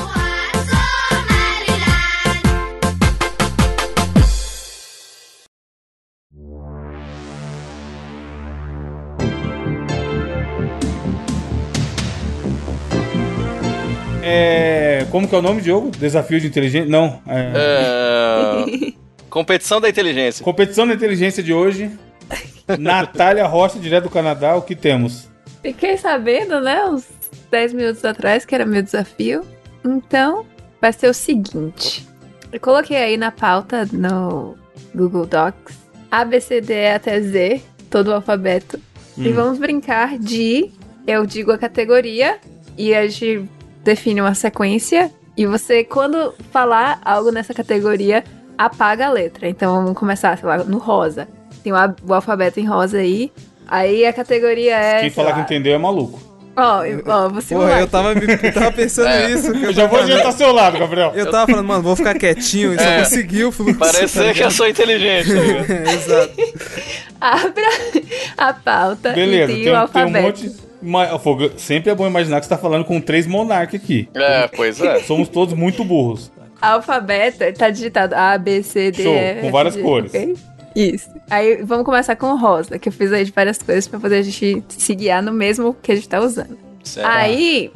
A: É. Como que é o nome, Diogo? Desafio de inteligência? Não. é-
C: [LAUGHS]
D: É... Competição da
C: É.
D: inteligência.
A: Competição da inteligência de hoje.
C: [LAUGHS]
A: Natália Rocha, direto do Canadá, o que temos?
C: Fiquei sabendo, né, uns 10 minutos atrás, que era meu desafio. Então, vai ser o seguinte. Eu coloquei aí na pauta no Google Docs A, B, C, D, E até Z, todo o alfabeto. E
A: Hum.
C: vamos brincar de. Eu digo a categoria e a gente define uma sequência. E você, quando falar algo nessa categoria, apaga a letra. Então vamos começar, sei lá, no rosa. Tem o, a- o alfabeto em rosa aí. Aí a categoria é.
A: Quem
C: sei
A: falar
C: lá,
A: que entendeu é maluco.
C: Ó, eu- ó, você
B: Porra,
C: vai.
A: tá-
B: eu tava, me- eu
A: [LAUGHS]
B: tava pensando
D: É.
B: nisso. que
A: Eu já É. vou
B: tava-
A: adiantar seu lado,
C: [LAUGHS]
A: Gabriel.
B: Eu tava falando, mano, vou ficar quietinho e só conseguiu o fluxo.
D: Parece
B: tá
D: ser que eu sou inteligente. tá ligado?
C: [LAUGHS]
B: ligado? Exato.
C: Abra a pauta
A: Beleza,
C: e
A: tem,
C: tem o
A: um- tem um
C: alfabeto.
A: monte. Mas, ó, Fogo, sempre é bom imaginar que você tá falando com três monarcas aqui.
D: é, pois é.
A: Somos todos muito burros.
C: Alfabeto, tá digitado A, B, C, D,
A: Show,
C: E, F,
A: com várias
C: G,
A: cores.
C: ok? Isso. Aí vamos começar com o rosa, que eu fiz aí de várias coisas pra poder a gente se guiar no mesmo que a gente tá usando.
D: Certo.
C: Aí,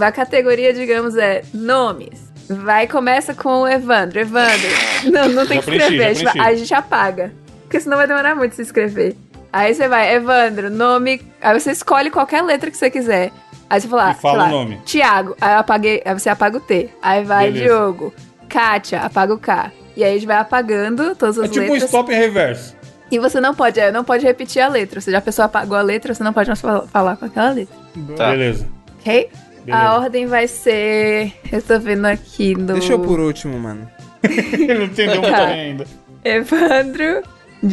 C: a categoria, digamos, é nomes. Vai, começa com o Evandro. Evandro, não, não tem
A: Já
C: que
A: preenchi,
C: escrever,
A: já
C: a gente, vai-
A: preenchi.
C: a gente apaga. Porque senão vai demorar muito se escrever. Aí você vai, Evandro, nome. Aí você escolhe qualquer letra que você quiser. Aí você fala,
A: E fala
C: sei lá,
A: o nome.
C: Tiago, aí eu apaguei, aí você apaga o T. Aí vai
A: Beleza.
C: Diogo, Kátia, apaga o K. E aí a gente vai apagando todas [LAUGHS] as
A: É tipo um
C: letras.
A: stop e reverso.
C: E você não pode, é, não pode repetir a letra. Ou seja, a pessoa apagou a letra, você não pode mais fal- falar com aquela letra.
D: Tá.
A: Beleza.
C: Ok?
A: Beleza.
C: A ordem vai ser. Eu tô vendo aqui no.
B: Deixa eu por último, mano.
A: Ele não entendeu muito
C: Tá.
A: bem ainda.
C: Evandro,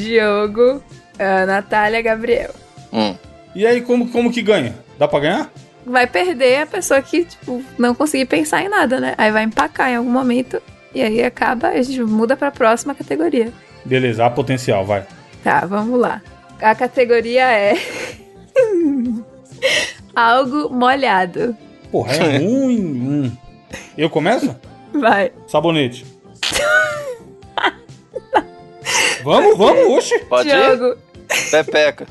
C: Diogo, a Natália, Gabriel.
D: Hum.
A: E aí, como, como que ganha? Dá pra ganhar?
C: Vai perder a pessoa que, tipo, não conseguir pensar em nada, né? Aí vai empacar em algum momento. E aí acaba, a gente muda pra próxima categoria.
A: Beleza, há potencial, vai.
C: Tá, vamos lá. A categoria é. [LAUGHS] Algo molhado.
A: Porra, é ruim. hum. Eu começo?
C: Vai.
A: Sabonete. vamos, vamos, oxe.
D: Pode ir?
C: Diogo,
D: Pepeca.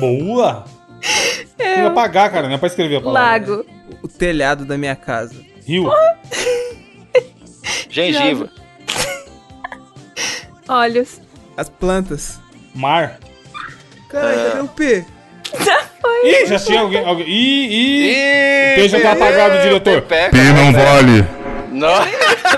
A: Boa. Tem que
C: eu.
A: apagar, cara, não é pra escrever a palavra.
C: Lago.
B: telhado da minha casa.
A: Rio.
D: Gengiva.
C: Olhos.
B: As plantas.
A: Mar.
B: Caralho, cadê o P?
A: Ih, já tinha alguém. alguém ih, ih.
D: Ih,
A: O peixe já tá apagado,
D: Pepe,
A: diretor.
D: Pepeca,
I: P não
D: né?
I: vale.
D: Não.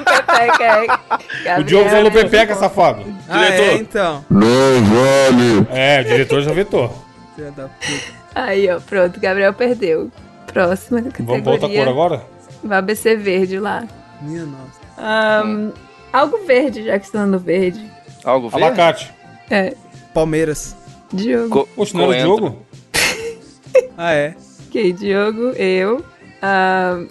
C: Pepeca.
A: [LAUGHS] O
C: Gabriel,
A: Diogo falou
C: né?
A: pepeca, safado.
B: Ah, é,
D: Diretor.
B: então.
I: Não vale.
A: É, o diretor já vetou.
B: Filha da puta.
C: Aí, ó, pronto. Gabriel perdeu. Próxima categoria.
A: Vamos pra outra cor agora?
C: Vai ABC verde lá.
B: Minha nossa.
C: Ahn, Algo verde, já que está no verde.
D: Algo verde?
A: Abacate.
C: É,
B: Palmeiras.
C: Diogo.
D: Co
A: Poxa, não era o
D: coentro.
A: Diogo?
B: Ah, é.
C: Ok, Diogo, eu. Ahn,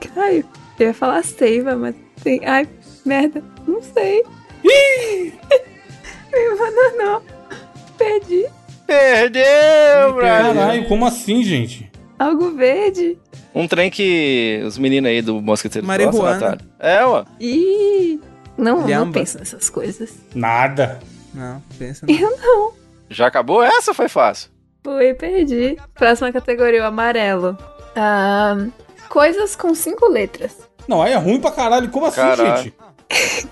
C: Caralho, eu ia falar seiva, mas tem. Ai, merda, não sei. [LAUGHS] Me abandonou. Perdi.
D: Perdeu, Brasil.
A: Caralho, como assim, gente?
C: Algo verde.
D: Um trem que os meninos aí do Mosqueteiro
B: Marihuana.
D: É, ó.
C: Ih, não, não
B: Lhamba.
C: penso nessas coisas.
A: Nada.
B: Não, pensa
C: [LAUGHS]
B: não.
C: Eu não.
D: Já acabou essa? Foi fácil.
C: Foi, perdi. Próxima categoria, o amarelo. Ahn, coisas com cinco letras. [LAUGHS]
A: Não, aí é ruim pra caralho. Como assim,
D: Caralho.
A: gente?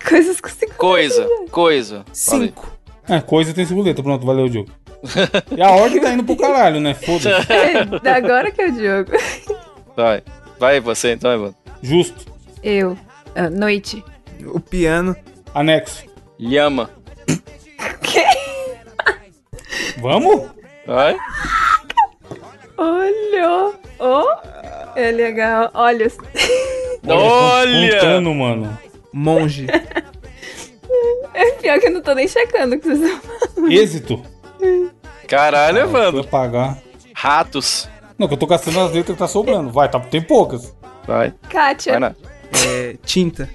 C: Coisas com cinco
D: Coisa, coisa. Falei.
B: Cinco.
A: É, coisa tem segureta. Pronto, valeu, Diogo. E a ordem tá indo pro caralho, né? Foda-se.
C: letras. É, agora que é o Diogo.
D: Vai. Vai você então, Ivan.
A: Justo.
C: Eu. Ah, noite.
B: O piano.
A: Anexo.
D: Lhama.
A: Vamos?
D: Vai.
C: Olhou. Oh, é legal. Olhos. [LAUGHS]
A: eu tô
D: Olha!
A: Contando, mano.
B: Monge.
C: É pior que eu não tô nem checando o que vocês estão
A: Êxito.
D: Caralho, Evandro.
A: Vou pagar.
D: Ratos.
A: Não, que eu tô gastando as letras que tá sobrando. Vai, tá, tem poucas.
D: Vai.
C: Kátia. [LAUGHS]
D: Vai na.
B: É, tinta.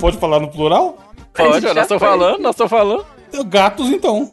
A: Pode falar no plural?
D: Pode, ó,
C: Já
D: nós estamos
C: foi.
D: falando, nós estamos falando.
A: Gatos, então.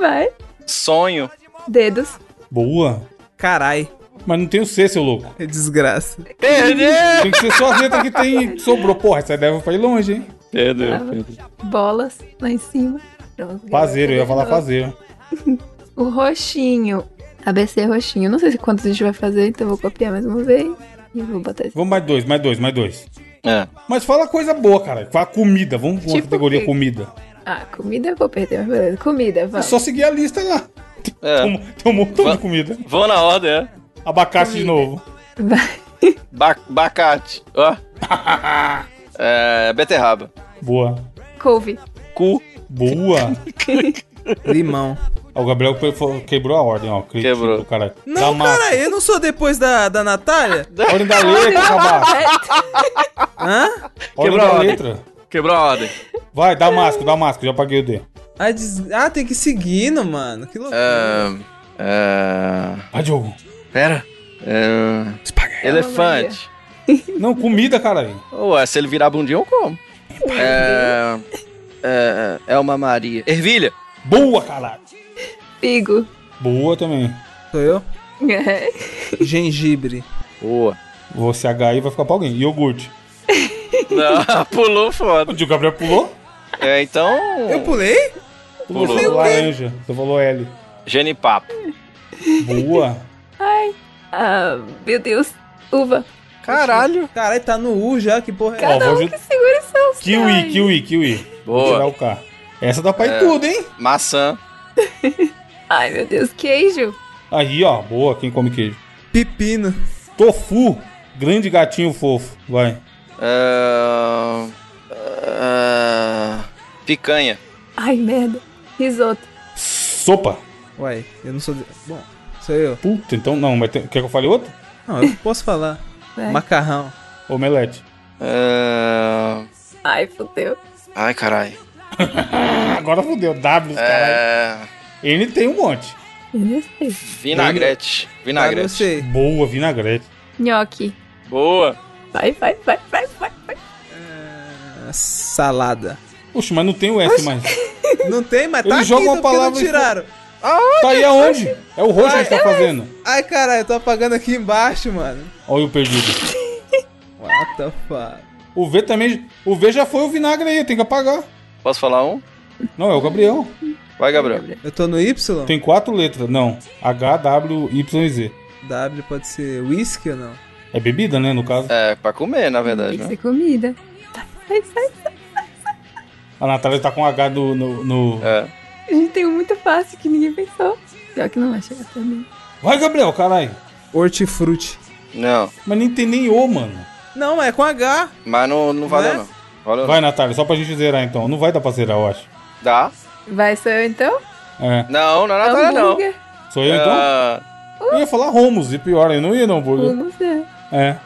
C: Vai.
D: Sonho.
C: Dedos.
A: Boa.
B: Carai.
A: Mas não tem o C, seu louco.
B: É desgraça.
D: Perdeu!
A: [LAUGHS] Tem que ser só as letras que tem que sobrou. Porra, essa deve pra ir longe, hein?
D: Perdeu. perdeu.
C: Bolas. Lá em cima. Pronto,
A: Fazer, eu ia falar
C: fazer.
A: fazer.
C: O roxinho. ABC é roxinho. Não sei se quantos a gente vai fazer, então eu vou copiar mais uma vez. E vou botar esse.
A: Vamos mais dois, mais dois, mais dois.
D: É.
A: Mas fala coisa boa, cara. Fala comida. Vamos pra uma
C: Tipo
A: categoria
C: quê?
A: comida.
C: Ah, comida eu vou perder, mas beleza. Comida,
A: É
C: vamos.
A: só seguir a lista lá. Tem
D: é.
A: um- Tem um montão de
D: Vamos.
A: comida.
D: Vou na ordem, é.
A: Abacate de novo.
C: Vai.
D: Ba bacate. Ó. é, beterraba.
A: Boa.
C: Couve.
D: Cu.
A: Boa.
B: Limão.
A: Ó, o Gabriel que- foi- quebrou a ordem, ó. Crítico
D: Quebrou.
A: do Caralho. Da
B: Não,
A: massa.
B: cara, eu não sou depois da, da Natália?
A: Ordem da letra, cabaço.
B: Hã?
A: Ordem
D: Quebrou a
A: da
D: ordem.
A: letra.
D: Quebrou a ordem.
A: Vai, Damasco, Damasco. Já paguei o D.
B: Ah, des- ah, tem que ir seguindo, mano. Que loucura.
D: É,
A: Vai, Diogo.
D: Ah, Pera. É, elefante.
A: Não, comida, caralho.
D: Ué, se ele virar bundinha, eu como. É, é, é uma Maria. Ervilha.
A: Boa, caralho.
C: Figo. [LAUGHS]
A: Boa também.
B: Sou eu?
C: É.
B: Gengibre.
D: Boa.
A: Você HI vai ficar pra alguém. Iogurte.
D: Não, [LAUGHS] pulou foda.
A: Onde o Gabriel pulou?
D: É, então.
B: Eu pulei?
A: Pulou.
D: Pulou.
A: Você falou laranja. Você falou L.
D: Genipapo.
A: Boa.
C: Ah, meu Deus. Uva.
D: Caralho.
B: Caralho, tá no U já, que porra é?
A: Ó,
C: Cada
A: vou
C: um
A: ju-
C: que segure seus
A: Kiwi,
C: pais.
A: kiwi, kiwi. Vou tirar
D: Boa. É.
A: o K. Essa dá pra ir tudo, hein?
D: Maçã.
C: Ai, meu Deus. Queijo.
A: Aí, ó. Boa, quem come queijo.
B: Pepino.
A: Tofu. Grande gatinho fofo. Vai.
D: É, é, picanha.
C: Ai, merda. Risoto.
A: Sopa.
B: Uai, eu não sou. de- Bom, sou eu.
A: Puta, então não. Mas tem... quer que eu fale outro?
B: Não, eu posso falar.
C: Vai.
B: Macarrão.
A: Omelete.
D: É,
C: Ai, fudeu.
D: ai, caralho.
A: Agora fodeu. W, caralho.
D: É,
A: Ele tem um monte.
C: Eu não sei.
D: vinagrete.
B: Tá, eu
D: Vinagrete.
B: sei.
A: Boa, vinagrete.
C: Nhoque.
D: Boa.
C: Vai, vai, vai, vai, vai, vai.
B: Ah, Salada.
A: Oxe, mas não tem o S mais.
B: Não tem, mas tá
A: Eles
B: aqui,
A: jogam
B: então,
A: a
B: porque não
A: palavra e-
B: tiraram.
A: Tá aí aonde? É o roxo que a gente tá fazendo.
B: Ai, caralho, eu tô apagando aqui embaixo, mano.
A: Olha o perdido.
B: What the fuck?
A: O V também. O V já foi o vinagre aí, tem que apagar.
D: Posso falar um?
A: Não, é o Gabriel.
D: Vai, Gabriel.
B: Eu tô no Y?
A: Tem quatro letras. Não. H, W, Y e Z.
B: W pode ser whisky ou não?
A: É bebida, né, no caso.
D: É, pra comer, na verdade,
C: Tem que
D: né?
C: ser comida. Sai, sai, sai.
A: A Natália tá com H do, no. no-
D: É.
C: A gente tem um muito fácil que ninguém pensou. Pior que não vai chegar pra mim.
A: Vai, Gabriel, caralho.
B: Hortifruti.
D: Não,
A: Mas nem tem nem O, mano.
B: Não, é com H.
D: mas não, não valeu,
B: Né?
D: não. Valeu,
A: Vai, Natália, só pra gente zerar então. Não vai dar pra zerar, eu acho.
D: não. Dá?
C: Vai, sou eu então?
A: É.
D: Não, não é Natália, não.
C: Hambúrguer.
A: Sou eu então?
D: Ah,
A: Eu ia falar Romos, e pior, eu não ia não, Burger.
C: Não sei.
A: É.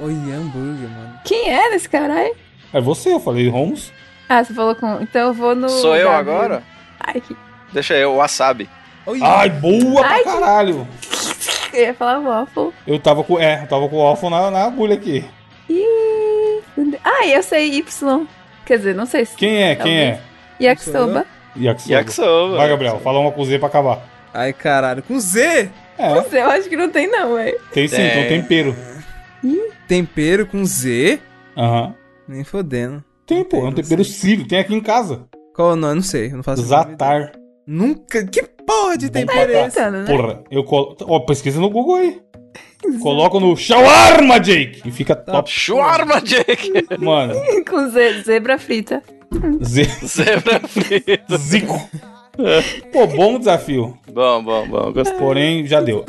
B: Oi, hambúrguer, mano.
C: Quem é desse caralho?
A: É você, eu falei Romos.
C: Ah, você falou com. Então eu vou no.
D: sou
C: W.
D: eu agora?
C: Ai, que.
D: Deixa eu, wasabi.
B: Oi,
A: Ai, boa
C: Ai,
A: pra
C: que-
A: caralho.
C: Eu ia falar waffle.
A: Eu tava com. É, eu tava com o alfa na, na agulha aqui.
C: Ih. Ah, eu sei Y. Quer dizer, não sei se.
A: Quem é? Quem é?
C: Yakisoba.
A: Yakisoba.
D: é Yakisoba.
A: Vai, Gabriel, fala uma com Z pra acabar.
B: Ai, caralho. Com Z.
A: É,
C: Eu acho que não tem, não, velho.
A: tem sim,
D: Tem.
A: então tempero.
B: Tempero com Z.
A: Aham.
B: Nem fodendo.
A: Tem, pô, é um tempero sírio, tem aqui em casa.
B: Qual é o nome? Não sei. eu Não faço
A: Zatar.
B: Nunca. Que porra de tempero é esse?
C: Tentando, né?
A: Porra, eu colo. Ó, pesquisa no Google aí. Coloco no Shawarma, Jake! E fica top.
D: Shawarma, Jake! [LAUGHS]
A: Mano,
C: [LAUGHS] com ze- zebra frita.
A: Z.
D: Zebra frita.
A: Zico. Pô, bom desafio.
D: Bom, bom, bom. Gostei.
A: Porém, já deu.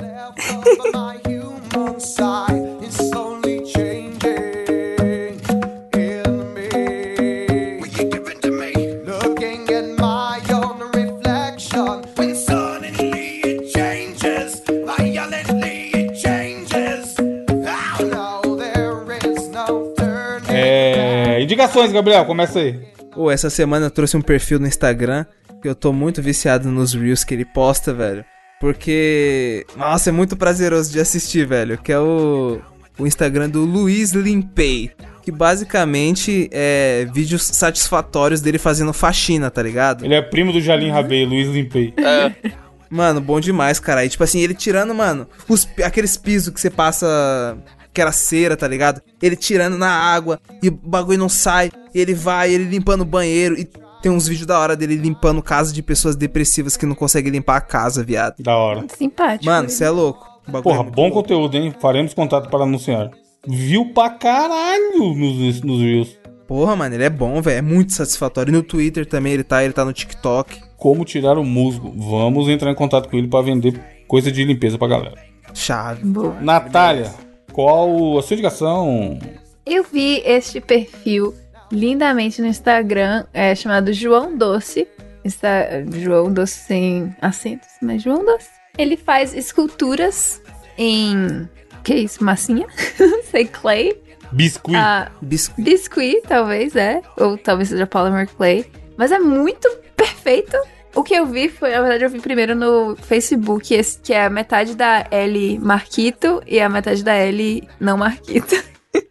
A: É. Indicações, Gabriel, começa aí.
B: Ô, essa semana eu trouxe um perfil no Instagram que eu tô muito viciado nos Reels que ele posta, velho. Porque. Nossa, é muito prazeroso de assistir, velho. Que é o. O Instagram do Luiz Limpei. Que basicamente é vídeos satisfatórios dele fazendo faxina, tá ligado?
A: Ele é primo do Jalim Rabei, Luiz Limpei.
D: É,
B: Mano, bom demais, cara. E tipo assim, ele tirando, mano, os, pi- aqueles pisos que você passa. Aquela cera, tá ligado? Ele tirando na água e o bagulho não sai. E ele vai, ele limpando o banheiro. E tem uns vídeos da hora dele limpando casa de pessoas depressivas que não conseguem limpar a casa, viado.
A: Da hora.
C: Simpático.
B: Mano, você é louco. O bagulho é
A: Porra,
B: muito
A: bom
B: louco.
A: conteúdo, hein? Faremos contato para anunciar. Viu pra caralho nos, nos Reels.
B: Porra, mano, ele é bom, velho. É muito satisfatório. E no Twitter também ele tá, ele tá no TikTok.
A: Como tirar o musgo. Vamos entrar em contato com ele para vender coisa de limpeza pra galera.
B: Chave.
C: Boa.
A: Natália, qual a sua indicação?
C: Eu vi este perfil lindamente no Instagram, é, chamado João Doce. Está, João Doce sem acentos, mas João Doce. Ele faz esculturas em. Que isso? Massinha? [LAUGHS] Não sei, clay.
A: Biscuit.
C: Ah,
B: Bisco...
C: biscuit, talvez, é. Ou talvez seja polymer clay. Mas é muito perfeito. O que eu vi foi, na verdade, eu vi primeiro no Facebook, esse que é a metade da L Marquito e a metade da L não Marquito. [LAUGHS]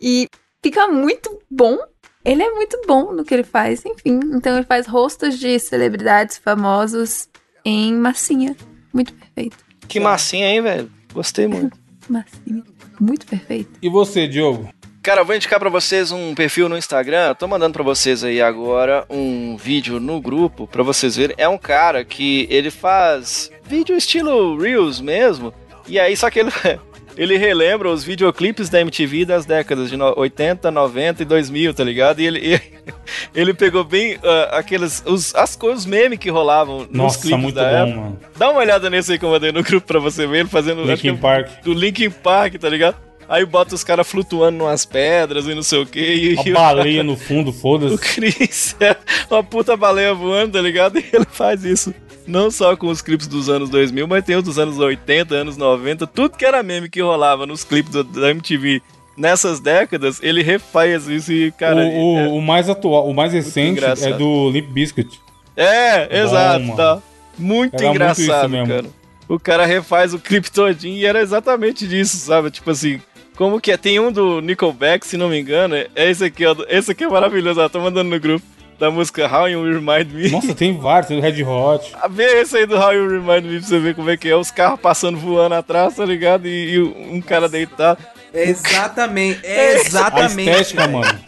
C: e fica muito bom. Ele é muito bom no que ele faz, enfim. Então ele faz rostos de celebridades famosos em massinha. Muito perfeito.
D: Que massinha, hein, velho? Gostei muito.
C: Massinha. Muito perfeito.
A: E você, Diogo?
D: Cara, eu vou indicar pra vocês um perfil no Instagram. Eu tô mandando pra vocês aí agora um vídeo no grupo pra vocês verem. É um cara que ele faz vídeo estilo Reels mesmo. E aí, só que ele, [LAUGHS] ele relembra os videoclipes da MTV das décadas de no- 80, 90 e 2000, tá ligado? E ele, e- [LAUGHS] ele pegou bem ah, aqueles, os, as coisas, os memes que rolavam nos
A: Nossa,
D: clipes
A: muito
D: da
A: bom,
D: época.
A: mano.
D: Dá uma olhada nesse aí que eu mandei no grupo pra você ver, ele fazendo... acho que é
A: Linkin Park.
D: [LAUGHS] do Linkin Park, tá ligado? Aí bota os caras flutuando numas pedras e não sei [LAUGHS] o que. E,
A: A
D: e
A: baleia no fundo,
D: [LAUGHS] o, o
A: foda-se.
D: Chris é uma puta baleia voando, tá ligado? [LAUGHS] E ele faz isso. Não só com os clipes dos anos 2000, mas tem os dos anos 80, anos 90. Tudo que era meme que rolava nos clipes do- da MTV nessas décadas, ele refaz isso e, cara... é.
A: o, o- o mais atual, o mais recente é
D: engraçado.
A: do Limp Biscuit.
D: É,
A: Bom,
D: exato,
A: mano.
D: tá. Muito
A: Era muito
D: engraçado,
A: isso mesmo.
D: cara. O cara refaz o clipe todinho e era exatamente disso, sabe? Tipo assim, como que é? Tem um do Nickelback, se não me engano, é esse aqui, ó. Esse aqui é maravilhoso, ó. Tô mandando no grupo da música How You Remind Me.
A: Nossa, tem vários, tem o Red Hot.
D: [LAUGHS] Vê esse aí do How You Remind Me pra você ver como é que é. Os carros passando voando atrás, tá ligado? E, e um cara deitado.
A: [LAUGHS]
B: Exatamente, exatamente.
A: É. A estética,
D: [LAUGHS]
A: mano.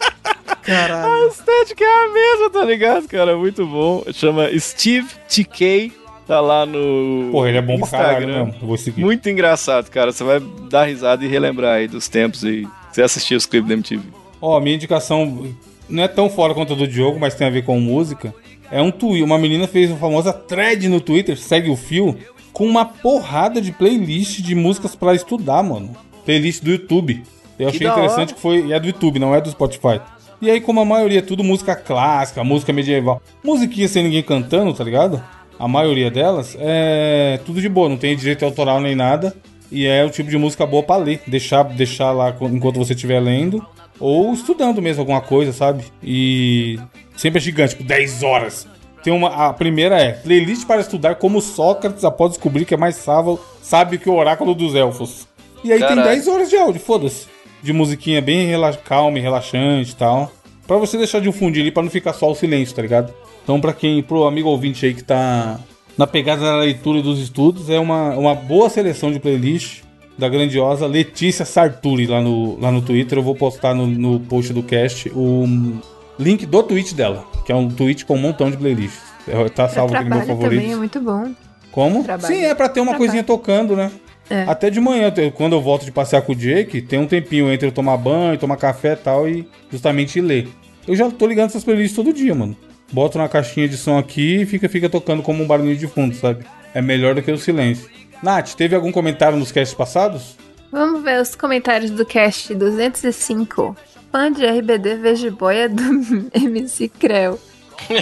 B: Caralho.
D: A estética é a mesma, tá ligado, cara? Muito bom. Chama Steve TK Tá lá no.
A: Porra, ele é bom pra caralho mesmo. Eu vou seguir.
D: [LAUGHS] Muito engraçado, cara. Você vai dar risada e relembrar aí dos tempos e você assistir os clipes da MTV.
A: Ó, minha indicação não é tão fora quanto a do Diogo, mas tem a ver com música. É um tweet. Uma menina fez uma famosa thread no Twitter, segue o fio, com uma porrada de playlist de músicas pra estudar, mano. Playlist do YouTube. Eu
D: Que
A: achei
D: da
A: interessante que foi. E é do YouTube, não é do Spotify. E aí, como a maioria é tudo música clássica, música medieval, musiquinha sem ninguém cantando, tá ligado? A maioria delas é tudo de boa, não tem direito autoral nem nada. E é o tipo de música boa pra ler. Deixar, deixar lá co- enquanto você estiver lendo. Ou estudando mesmo alguma coisa, sabe? E sempre é gigante, tipo 10 horas. Tem uma, a primeira é playlist para estudar como Sócrates após descobrir que é mais sábio, sábio que o oráculo dos elfos. E aí tem
D: Caralho.
A: 10 horas de áudio, foda-se. De musiquinha bem rela- calma e relaxante e tal. Pra você deixar de um fundo ali, pra não ficar só o silêncio, tá ligado? Então pra quem, pro amigo ouvinte aí que tá na pegada da leitura e dos estudos, é uma, uma boa seleção de playlist da grandiosa Letícia Sarturi lá no, lá no Twitter. Eu vou postar no, no post do cast o hum, link do tweet dela, que é um tweet com um montão de playlists. É, Tá
C: Pra
A: salvo aqui no meu
C: trabalho
A: favorito.
C: também é muito bom.
A: Como?
C: Trabalho.
A: Sim, é pra ter uma
C: Trabalho.
A: coisinha tocando, né?
C: É.
A: Até de manhã, eu- quando eu volto de passear com o Jake, tem um tempinho entre eu tomar banho, tomar café e tal, e justamente ler. Eu já tô ligando essas playlists todo dia, mano. Boto na caixinha de som aqui e fica, fica tocando como um barulhinho de fundo, sabe? É melhor do que o silêncio. Nath, teve algum comentário nos casts passados?
C: Vamos ver os comentários do cast 205. Fã de RBD Vejiboia do [LAUGHS] MC Creu.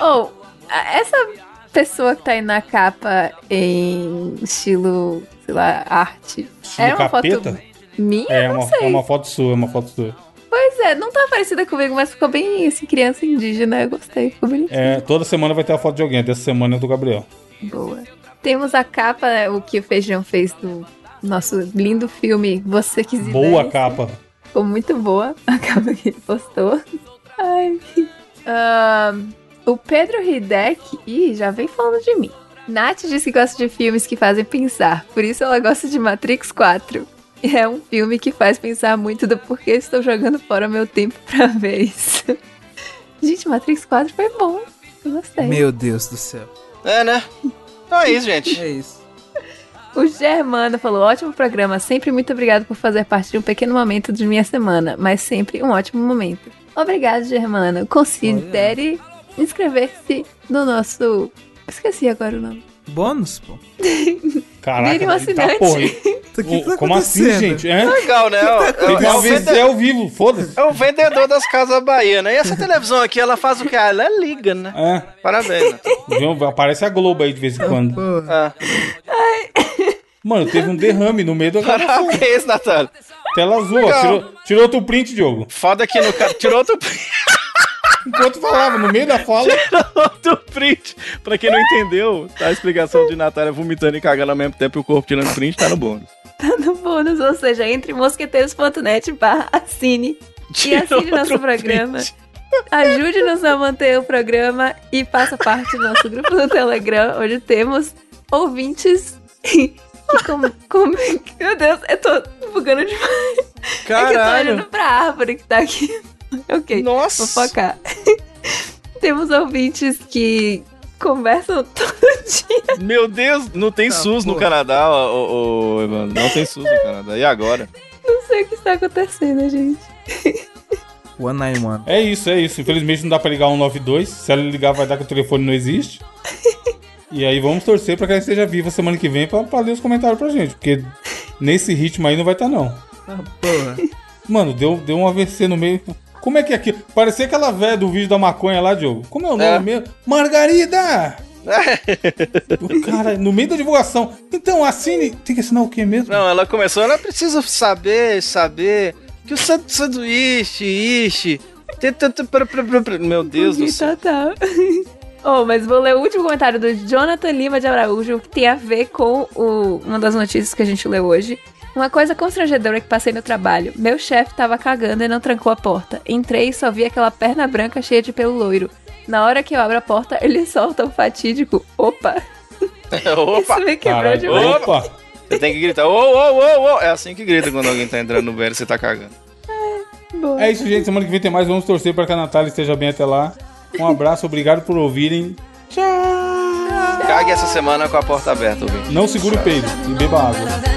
C: Ou, a- essa pessoa que tá aí na capa em estilo, sei lá, arte.
A: Estilo
C: é uma
A: capeta?
C: foto minha?
A: é,
C: não
A: uma,
C: sei.
A: é uma foto sua, é uma foto sua.
C: Pois é, não tá parecida comigo, mas ficou bem assim, criança indígena. Eu gostei, ficou bonitinho.
A: É, toda semana vai ter a foto de alguém, dessa semana é do Gabriel.
C: Boa. Temos a capa, né, o que o Feijão fez do nosso lindo filme Você Quis
A: Boa capa.
C: Ficou muito boa [LAUGHS] a capa que ele postou. Ai. Ahn, o Pedro Hideck. Ih, já vem falando de mim. Nath diz que gosta de filmes que fazem pensar, por isso ela gosta de Matrix 4. E É um filme que faz pensar muito do porquê estou jogando fora meu tempo pra ver isso. [LAUGHS] Gente, Matrix 4 foi bom. Eu gostei.
B: Meu Deus do céu.
D: É, né? Então é isso, gente.
B: É isso.
C: O Germano falou: ótimo programa, sempre muito obrigado por fazer parte de um pequeno momento de minha semana, mas sempre um ótimo momento. Obrigado, Germano. Considere inscrever-se no nosso. Esqueci agora o nome. [LAUGHS]
B: Bônus, pô.
A: Caraca,
C: Vire um
A: ele tá
C: assinante.
A: porra.
B: [LAUGHS] Tá- que que tá
A: Como assim,
B: acontecendo?
A: gente? É?
D: Legal, né? É
A: Tem
D: o-
A: que
D: é o
A: ver
D: vende-
A: se é ao vivo, foda-se.
D: é o vendedor das casas Bahia, né? E essa televisão aqui, ela faz o quê? Ah, Ela liga, né?
A: É.
D: Parabéns, né?
A: Viu? Aparece a Globo aí de vez em quando.
B: Pô,
D: Ah,
A: Mano, teve um derrame no meio da gravação.
D: [LAUGHS] parabéns, Natália.
A: Tela azul, ó.
D: Legal.
A: Tirou, tirou outro print, Diogo.
D: Foda que no cara tirou outro, print- [LAUGHS]
A: Enquanto falava, no meio da fala.
D: outro print. Pra quem não entendeu, tá a explicação de Natália vomitando e cagando ao mesmo tempo e o corpo tirando print, tá no bônus.
C: Tá no bônus, ou seja, entre mosqueteiros.net barra assine e assim
D: Tirou
C: assine nosso
D: outro
C: programa.
D: print.
C: Ajude-nos a manter o programa e faça parte do nosso grupo do Telegram, onde temos ouvintes. que com, com- meu Deus, eu tô bugando demais. É que eu tô
D: Caralho.
C: olhando pra árvore que tá aqui. [LAUGHS] ok, vou
D: Nossa.
C: focar. [LAUGHS] temos ouvintes que conversam [LAUGHS] todo dia.
D: Meu Deus, não tem
B: Tá,
D: SUS no
B: pô.
D: Canadá, ô, ô, ô, Evandro. Não tem SUS no Canadá. E agora?
C: Não sei o que está acontecendo, gente.
B: One nine one.
A: É isso, é isso. Infelizmente não dá pra ligar 192. Se ela ligar, vai dar que o telefone não existe. E aí vamos torcer pra que ela esteja viva semana que vem pra, pra ler os comentários pra gente. Porque nesse ritmo aí não vai estar, não.
B: Ah, porra.
A: Mano, deu, deu um AVC no meio. Como é que é aquilo? Parecia aquela velha do vídeo da maconha lá, Diogo. Como é o nome
D: É.
A: mesmo? Margarida! O cara, no meio da divulgação. Então, assine. Tem que assinar o quê mesmo?
D: Não, ela começou, ela precisa saber, saber que o san- sanduíche, ishi, tem tanto pra- pra- pra- pra- meu Deus do
C: Buguei
D: céu.
C: total. tá, [LAUGHS] Oh, mas vou ler o último comentário do Jonathan Lima de Araújo, que tem a ver com o- uma das notícias que a gente leu hoje. Uma coisa constrangedora é que passei no trabalho. Meu chefe tava cagando e não trancou a porta. Entrei e só vi aquela perna branca cheia de pelo loiro. Na hora que eu abro a porta, [LAUGHS] ele solta um fatídico. Opa!
D: Opa,
C: Isso me quebrou
A: Caralho,
C: de
D: Ô,
C: demais.
A: opa!
D: você tem que gritar, ô, ô, ô, ô, é assim que grita quando alguém tá entrando no banheiro e você tá cagando.
C: Boa.
A: É isso, gente. Semana que vem tem mais. Vamos torcer pra que a Natália esteja bem até lá. Um abraço, obrigado por ouvirem. Tchau!
D: Cague essa semana com a porta aberta, ouvinte.
A: Não segura o peido e beba água.